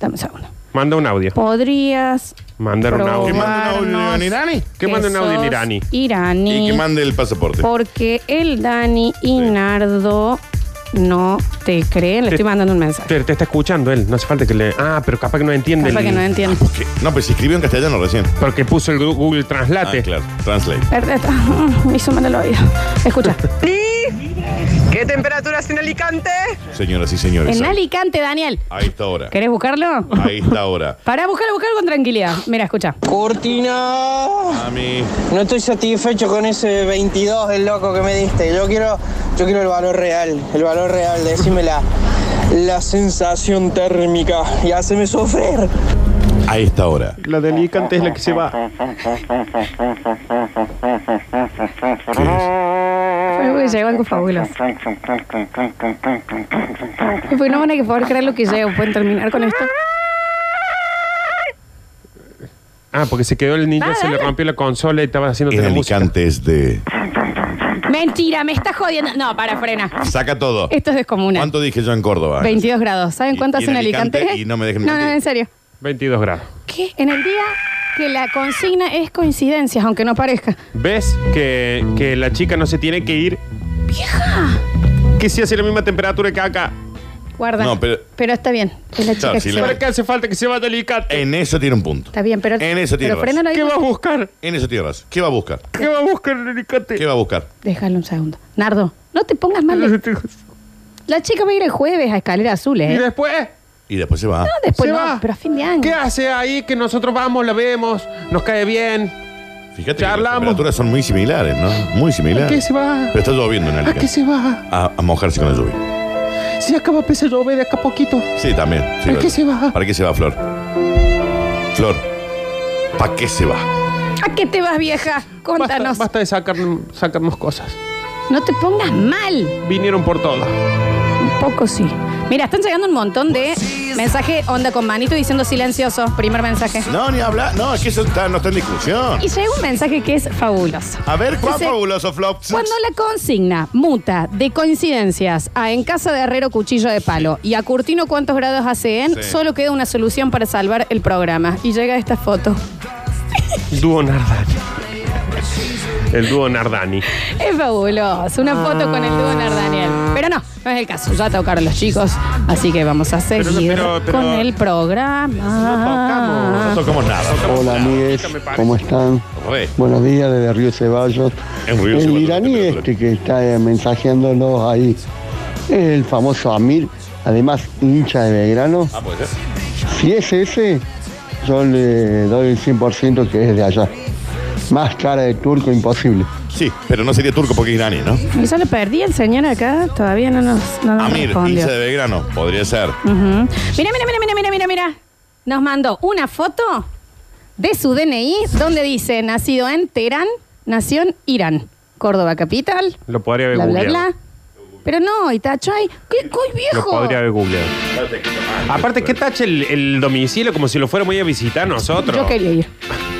S1: Dame un segundo.
S3: Manda un audio.
S1: Podrías.
S3: Mandar un
S1: probarnos
S3: audio. Que
S1: que
S3: mande un audio en
S1: sos
S3: iraní.
S1: Iraní.
S2: el pasaporte.
S1: Porque el Dani y Nardo no te creen. Le estoy mandando un mensaje.
S3: Te, te está escuchando él, no hace falta que le. Ah, pero capaz que no entiende.
S1: Capaz
S3: el-
S1: que no entiende.
S2: No, pues escribió en castellano recién. Ah,
S3: Porque puso el Gu- Google Translate.
S2: claro, Translate.
S1: Perfecto. Me hizo mal el oído. Escucha.
S15: ¿Qué temperatura hace en Alicante?
S2: Señoras y señores.
S1: en
S2: ahí-
S1: Alicante, Daniel.
S2: A esta hora.
S1: ¿Querés buscarlo?
S2: A esta hora.
S1: Pará, buscarlo, buscarlo con tranquilidad. Mira, escucha.
S15: Cortina.
S2: Mami.
S15: No estoy satisfecho con ese 22 el loco que me diste. Yo quiero, yo quiero el valor real, el valor real, decímela. La sensación térmica y haceme sufrir.
S2: A esta hora.
S3: La de Alicante es la que se va.
S1: Fue porque llegó algo fabuloso. Porque no van a poder creer lo que llevo. Pueden terminar con esto.
S3: Ah, porque se quedó el ninja, se le rompió la consola y estaba haciendo
S2: En Alicante es de.
S1: Mentira, me está jodiendo. No, para, frena.
S2: Saca todo.
S1: Esto es descomunal.
S2: ¿Cuánto dije yo en Córdoba?
S1: 22 grados. ¿Saben cuánto
S2: y
S1: hace en
S2: en
S1: Alicante?
S2: Alicante, y no me dejen
S1: No, no,
S2: mentir.
S1: en serio.
S3: 22 grados.
S1: ¿Qué? En el día que la consigna es coincidencias, aunque no parezca.
S3: ¿Ves que, que la chica no se tiene que ir?
S1: ¡Vieja!
S3: Que si hace la misma temperatura que acá.
S1: Guarda.
S3: No, pero-
S1: Pero está bien. Es la chica
S2: Claro,
S1: que
S2: si
S1: se
S2: la-
S1: va.
S3: ¿Para qué hace falta que se vaya a Alicante?
S2: En eso tiene un punto.
S1: Está bien, pero.
S2: En eso tiene
S1: pero
S2: razón.
S1: frenalo ahí.
S3: ¿Qué va a buscar?
S2: En eso tiene razón. ¿Qué va a buscar?
S3: ¿Qué va a buscar en Alicante?
S2: ¿Qué va a buscar?
S1: Déjalo un segundo. Nardo, no te pongas mal. La chica va a ir el jueves a Escalera Azul, ¿eh?
S3: ¿Y después?
S2: Y después se va.
S1: No, después
S3: Se
S1: no,
S3: va.
S1: pero a fin de año.
S3: ¿Qué hace ahí que nosotros vamos, la vemos, nos cae bien?
S2: Fíjate que las
S3: Charlamos.
S2: temperaturas son muy similares, ¿no? Muy
S3: ¿A qué
S2: similares.
S3: se va?
S2: Pero está lloviendo en
S3: ¿A qué
S2: Alicante.
S3: se va?
S2: A, a mojarse con la lluvia.
S3: Si acá va a empezar a llover de acá a poquito.
S2: Sí, también. sí,
S3: ¿Para
S2: lo-
S3: qué se va?
S2: ¿Para qué se va, Flor? Flor, ¿para qué se va?
S1: ¿A qué te vas, vieja?
S3: Basta,
S1: Contanos.
S3: basta de sacar- sacarnos cosas.
S1: No te pongas mal.
S3: Vinieron por todo.
S1: Un poco sí. Mira, están llegando un montón de mensajes onda con manito diciendo silencioso. Primer mensaje.
S2: No, ni hablar. No, es que eso está- no está en discusión.
S1: Y llega un mensaje que es fabuloso.
S2: A ver, ¿cuán
S1: Dice,
S2: fabuloso, Flop?
S1: Cuando la consigna muta de coincidencias a en casa de Herrero cuchillo de palo y a Curtino cuántos grados hace en,
S2: Sí.
S1: solo queda una solución para salvar el programa. Y llega esta foto.
S6: Dúo Nardani. El dúo Nardani.
S1: Es fabuloso. Una foto con el
S6: Ah.
S1: dúo Daniel. Pero no, no es el caso. Ya tocaron los chicos, así que vamos a seguir
S6: pero- pero-
S1: con el programa.
S2: No tocamos nada.
S16: Hola amigues, ¿cómo están?
S2: Re.
S16: Buenos días desde Río Ceballos.
S2: En Río
S16: el
S2: Ceballos,
S16: iraní este que está eh, mensajeándonos ahí, el famoso Amir, además hincha de Belgrano.
S2: Ah, puede ser.
S16: Si es ese, yo le doy el 100% que es de allá. Más cara de turco imposible.
S2: Sí, pero no sería turco porque es iraní, ¿no?
S1: Y ya lo perdí el señor acá, todavía no nos, no
S3: Ah,
S1: nos
S2: Amir,
S1: respondió.
S2: hincha de Belgrano. Podría ser.
S1: Ujú. Mira, mira, mira, mira, mira, mira, mira. Nos mandó una foto de su DNI donde dice nacido en Teherán, nación Irán, Córdoba capital,
S6: Lo podría haber
S1: bla, bla,
S6: googleado.
S1: bla. Pero no, y tacho ahí. ¿Qué, qué
S6: Lo
S1: viejo?
S6: podría haber googleado. Aparte, ¿qué tache el, el domicilio como si lo fuéramos a ir a visitar nosotros?
S1: Yo quería ir.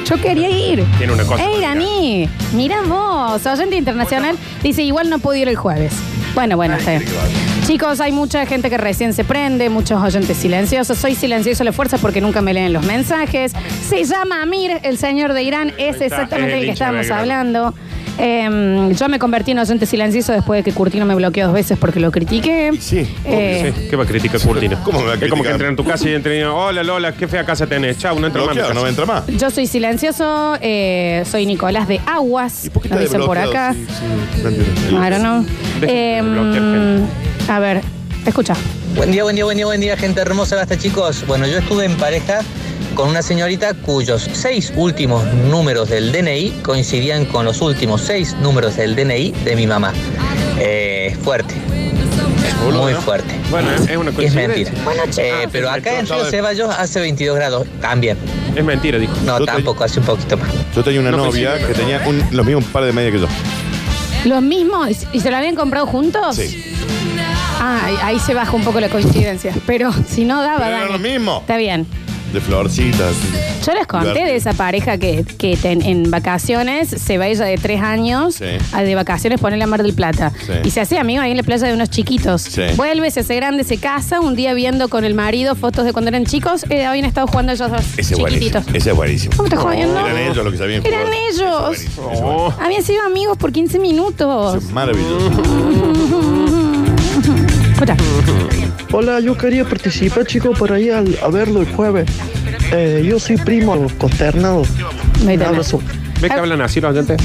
S1: Yo quería ir.
S6: Tiene una cosa.
S1: Ey, Dani, mira vos, oyente internacional, dice igual no puedo ir el jueves. Bueno, bueno, está bien. Chicos, hay mucha gente que recién se prende, muchos oyentes silenciosos. Soy silencioso a la fuerza porque nunca me leen los mensajes. Se llama Amir, el señor de Irán, es
S17: está,
S1: exactamente
S17: es el
S1: el que
S17: hincha de
S1: estábamos
S17: Belgrano.
S1: hablando. Em, yo me convertí en oyente silencioso después de que Curtino me bloqueó dos veces porque lo critiqué.
S2: Sí.
S1: Eh,
S6: Sí, ¿Qué va a criticar Curtino?
S2: ¿Cómo me va a
S6: Es como que
S2: criticar?
S6: entra en tu casa y entra y hola Lola, qué fea casa tenés. Chau, no entra más.
S2: Bloqueado, no entra más.
S1: Yo soy silencioso, eh, soy Nicolás de Aguas, nos dicen por
S2: Bloqueado,
S1: acá.
S2: sí, sí. No entiendo.
S1: I don't know.
S2: Dejen de
S1: Em,
S2: bloquear
S1: a ver, escucha.
S14: Buen día, buen día, buen día, buen día, gente hermosa, basta chicos. Bueno, yo estuve en pareja con una señorita cuyos seis últimos números del DNI coincidían con los últimos seis números del DNI de mi mamá. Eh, fuerte. Muy fuerte.
S6: Bueno, es una
S14: Es
S6: coincidencia. Ah,
S14: mentira. Eh, pero acá en Río Ceballos hace 22 grados también.
S6: Es mentira, dijo.
S14: No, tampoco, hace un poquito más.
S2: Yo tenía una
S14: No
S2: novia
S14: coincide,
S2: que
S14: pero-
S2: tenía un- los mismos par de medias que yo.
S1: ¿Los mismos? ¿Y se lo habían comprado juntos?
S2: Sí.
S1: Ah, ahí- ahí se baja un poco la coincidencia. Pero si no daba,
S2: Pero era
S1: Dani.
S2: lo mismo.
S1: Está bien.
S2: De florcitas.
S1: Yo les conté de esa pareja que, que ten- en vacaciones se va ella de tres años
S2: Sí.
S1: a de vacaciones poner la Mar del Plata.
S2: Sí.
S1: Y se hace amigo ahí en la playa de unos chiquitos.
S2: Sí.
S1: Vuelve, se hace grande, se casa, un día viendo con el marido fotos de cuando eran chicos, eh, habían estado jugando ellos dos
S2: Ese es buenísimo.
S1: chiquititos.
S2: Ese es buenísimo.
S1: ¿Cómo te jodiendo?
S2: Eran ellos los que sabían
S1: Eran
S2: jugar.
S1: ellos.
S2: Oh,
S1: Habían sido amigos por 15 minutos.
S2: Maravilloso.
S18: Hola, yo quería participar, chicos, para ir al- a verlo el jueves. Eh, yo soy primo consternado.
S1: Un
S18: abrazo.
S6: ¿Ves que hablan así los oyentes?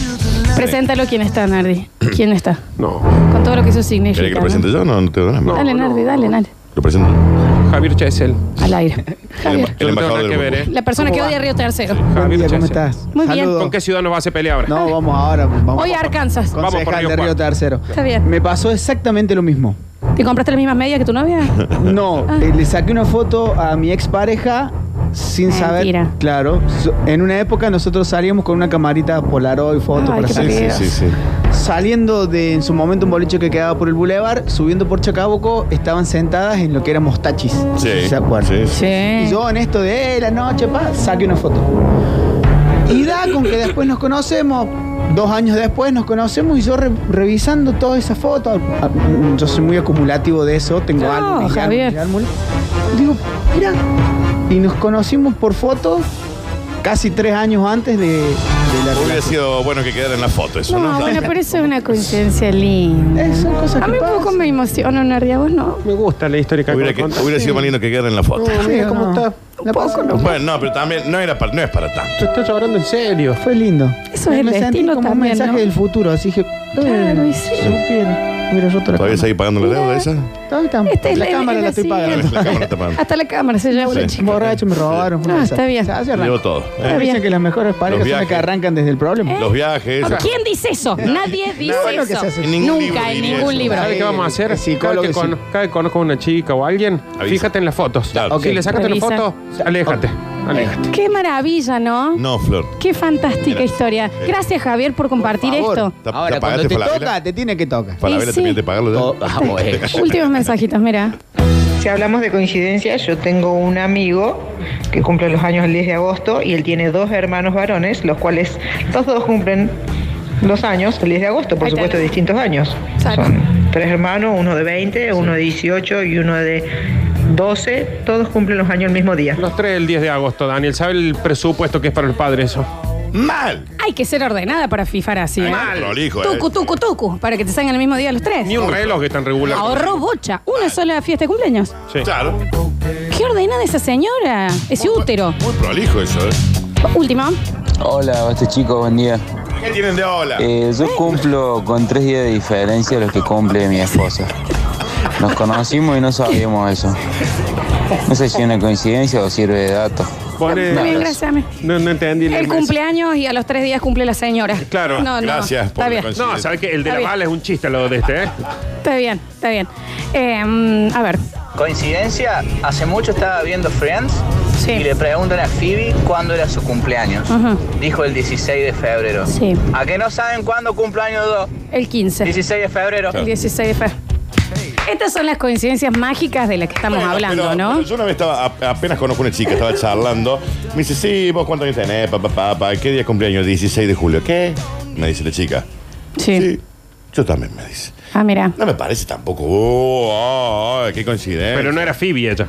S1: Preséntalo quién está, Nardi. ¿Quién está?
S6: No.
S1: Con todo lo que eso significa.
S2: ¿Querés que lo
S1: ¿no?
S2: presente yo? No, no tengo ganas.
S1: Dale, Nardi, dale, dale.
S2: Lo presento. em-,
S6: Javier Chesel.
S1: Al aire. Javier.
S2: El embajador del grupo.
S1: La persona que odia Río Tercero.
S6: Javier
S12: ¿Cómo
S6: Chesel.
S12: estás?
S1: Muy bien.
S12: Saludos.
S6: ¿Con qué ciudad nos va a hacer pelea ahora?
S12: No, vamos ahora. Vamos.
S1: Hoy Arkansas.
S12: Vamos
S6: por Río
S12: de Río
S6: Cuarto.
S12: Tercero.
S1: Está bien.
S12: Me pasó exactamente lo mismo.
S1: ¿Te compraste las mismas medias que tu novia?
S12: No, eh, le saqué una foto a mi expareja sin saber. Claro. So- En una época nosotros salíamos con una camarita Polaroid, foto
S2: Sí,
S12: para
S2: sí,
S12: salir.
S2: sí, sí.
S12: Saliendo de en su momento un boliche que quedaba por el Boulevard, subiendo por Chacabuco, estaban sentadas en lo que era Mostachis.
S2: Sí.
S12: ¿Se acuerdan?
S2: Sí, sí.
S12: Y yo en esto de eh, la noche, pa, saqué una foto. Y da con que después nos conocemos, dos años después nos conocemos y yo re- revisando todas esas fotos, a- a- yo soy muy acumulativo de eso, tengo
S1: Ah,
S12: álbumes y álbumes y álbumes. Digo, mira, y nos conocimos por fotos casi tres años antes de, de la
S2: Hubiera sido bueno que quedara en la foto eso,
S1: No,
S2: ¿no?
S1: bueno, pero eso es una coincidencia linda.
S12: Eh,
S1: A mí un poco me emociona, Nardi. ¿A vos no?
S6: Me gusta la historia que
S2: Hubiera, que- hubiera sido más lindo que quedara en la foto.
S12: ¿cómo está? La poco no.
S2: Bueno, no, pero también no, era para, no es para tanto.
S6: Tú estás llorando en serio.
S12: Fue lindo.
S1: Eso
S12: Me-
S1: es el
S12: me sentí
S1: destino
S12: como
S1: también,
S12: un mensaje
S1: ¿no?
S12: del futuro, así que... Claro, y sí. Mira, yo
S2: ¿Todavía seguís pagando la deuda esa?
S1: Este es
S12: la
S1: el-
S12: cámara
S1: el
S12: la estoy
S1: así.
S12: pagando.
S2: La cámara está pagando.
S1: Hasta la cámara se llevó la
S2: Sí.
S1: chica.
S12: Borracho, me robaron.
S1: Ah, está bien.
S2: Llevo todo.
S1: ¿Eh?
S12: Me dicen que las mejores parejas
S2: Los
S12: son las que
S2: viajes.
S12: arrancan desde el problema.
S2: Los viajes.
S1: Ah, ¿Quién dice eso? Nadie dice
S12: bueno, que se
S1: eso.
S12: hace.
S2: En ningún libro
S1: Nunca, en
S2: diría
S1: ningún
S2: eso.
S1: libro.
S6: ¿Sabes qué vamos a hacer? Cada
S12: psicólogo
S6: que,
S12: sí.
S6: con- cada que conozco a una chica o a alguien, fíjate en las fotos.
S12: Ok.
S6: Si le sacaste la
S1: Revisa.
S6: foto, aléjate. Aléjate.
S1: Qué maravilla, ¿no?
S2: No, Flor.
S1: Qué fantástica
S2: Mira.
S1: historia. Gracias, Javier, por compartir esto.
S2: ¿Te- te
S12: Ahora,
S2: apagaste
S12: cuando te
S2: Falabella?
S12: toca, te tiene que tocar.
S2: Falabella
S1: sí.
S2: también te pagarlo. ya?
S1: Últimos mensajitos, mira.
S10: Si hablamos de coincidencias, yo tengo un amigo que cumple los años el 10 de agosto y él tiene dos hermanos varones, los cuales los dos cumplen los años el 10 de agosto, por supuesto, de distintos años. Son tres hermanos, uno de 20, uno de 18 y uno de 12, todos cumplen los años el mismo día.
S3: Los tres el 10 de agosto, Daniel. ¿Sabe el presupuesto que es para el padre eso?
S2: ¡Mal!
S1: Hay que ser ordenada para fifar así. ¿eh?
S3: Mal. Prolijo, eh.
S1: Tucu, tucu, tucu, para que te salgan el mismo día los tres.
S3: Ni un reloj que tan regular.
S1: Ahorró bocha. Una sola fiesta de cumpleaños.
S3: Sí.
S2: Claro.
S1: ¿Qué ordenada esa señora? Ese útero.
S2: Muy prolijo eso, ¿eh?
S1: Última.
S12: Hola, este chico, buen día.
S2: ¿Qué tienen de ola?
S12: Eh, yo cumplo con tres días de diferencia de los que cumple mi esposa. Nos conocimos y no sabíamos eso. No sé si es una coincidencia o sirve de dato.
S3: Pone-
S1: Muy bien, gracias a mí.
S3: No, no entendí. la
S1: El
S3: mes.
S1: cumpleaños y a los tres días cumple la señora.
S3: Claro,
S1: No, no,
S3: gracias
S1: está bien.
S3: No, sabes que el
S1: Está
S3: de la
S1: bien.
S3: bala es un chiste lo de este, ¿eh?
S1: Está bien, está bien. Eh, mm, a ver.
S14: Coincidencia, hace mucho estaba viendo Friends y le preguntan a Phoebe cuándo era su cumpleaños.
S1: Ajá.
S14: Dijo el 16 de febrero.
S1: Sí.
S14: ¿A que no saben cuándo cumpleaños dos?
S1: El 15.
S14: 16 de febrero.
S1: El 16 de febrero. Estas son las coincidencias mágicas de las que estamos hablando,
S2: Pero-
S1: ¿no?
S2: pero yo una vez estaba, a- apenas conozco una chica, estaba charlando. Me dice, sí, vos cuántos años tenés, papá, papá, ¿qué día es cumpleaños? 16 de julio. ¿Qué? Me dice la chica.
S1: Sí.
S2: Yo también me dice.
S1: Ah, mira.
S2: No me parece tampoco. Oh, oh, oh, qué coincidencia.
S3: Pero no era Phoebe ella.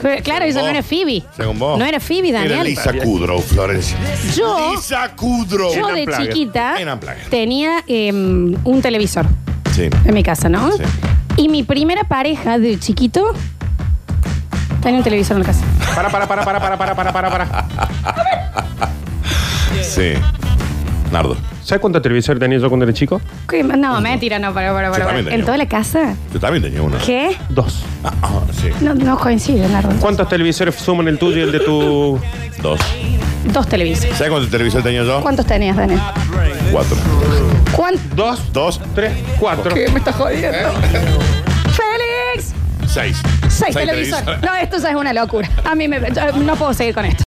S1: Que- Claro, ella no era Phoebe.
S2: Según vos.
S1: No era Phoebe,
S2: Era
S1: Daniel.
S2: Lisa Kudrow, Florencia.
S1: Yo, yo
S2: En
S1: de
S2: Unplugged.
S1: chiquita
S2: En Unplugged.
S1: tenía eh, un televisor
S2: Sí.
S1: en mi casa, ¿no?
S2: Sí.
S1: Y mi primera pareja de chiquito tenía un televisor en la casa.
S3: Para, para, para, para, para, para, para, para, para.
S2: Sí. Nardo.
S3: ¿Sabes cuánto televisor tenía yo cuando era chico?
S1: ¿Qué? No, mentira, no, para, para, para.
S3: también
S1: para.
S3: tenía
S1: ¿En toda la casa?
S2: Yo también tenía uno. Ah,
S1: ¿Qué?
S3: Dos.
S2: sí.
S1: No, no coincide, Nardo.
S3: ¿Cuántos televisores suman el tuyo y el de tu.
S2: Dos.
S1: Dos televisores.
S2: ¿Sabes cuánto televisor tenía yo?
S1: ¿Cuántos tenías, Daniel?
S2: Cuatro.
S1: ¿Cuántos?
S3: Dos.
S2: Dos.
S3: Tres. Cuatro.
S1: ¿Qué me estás jodiendo? ¡Félix!
S2: Seis.
S1: Seis televisores. No, esto ya es una locura. A mí me. yo no puedo seguir con esto.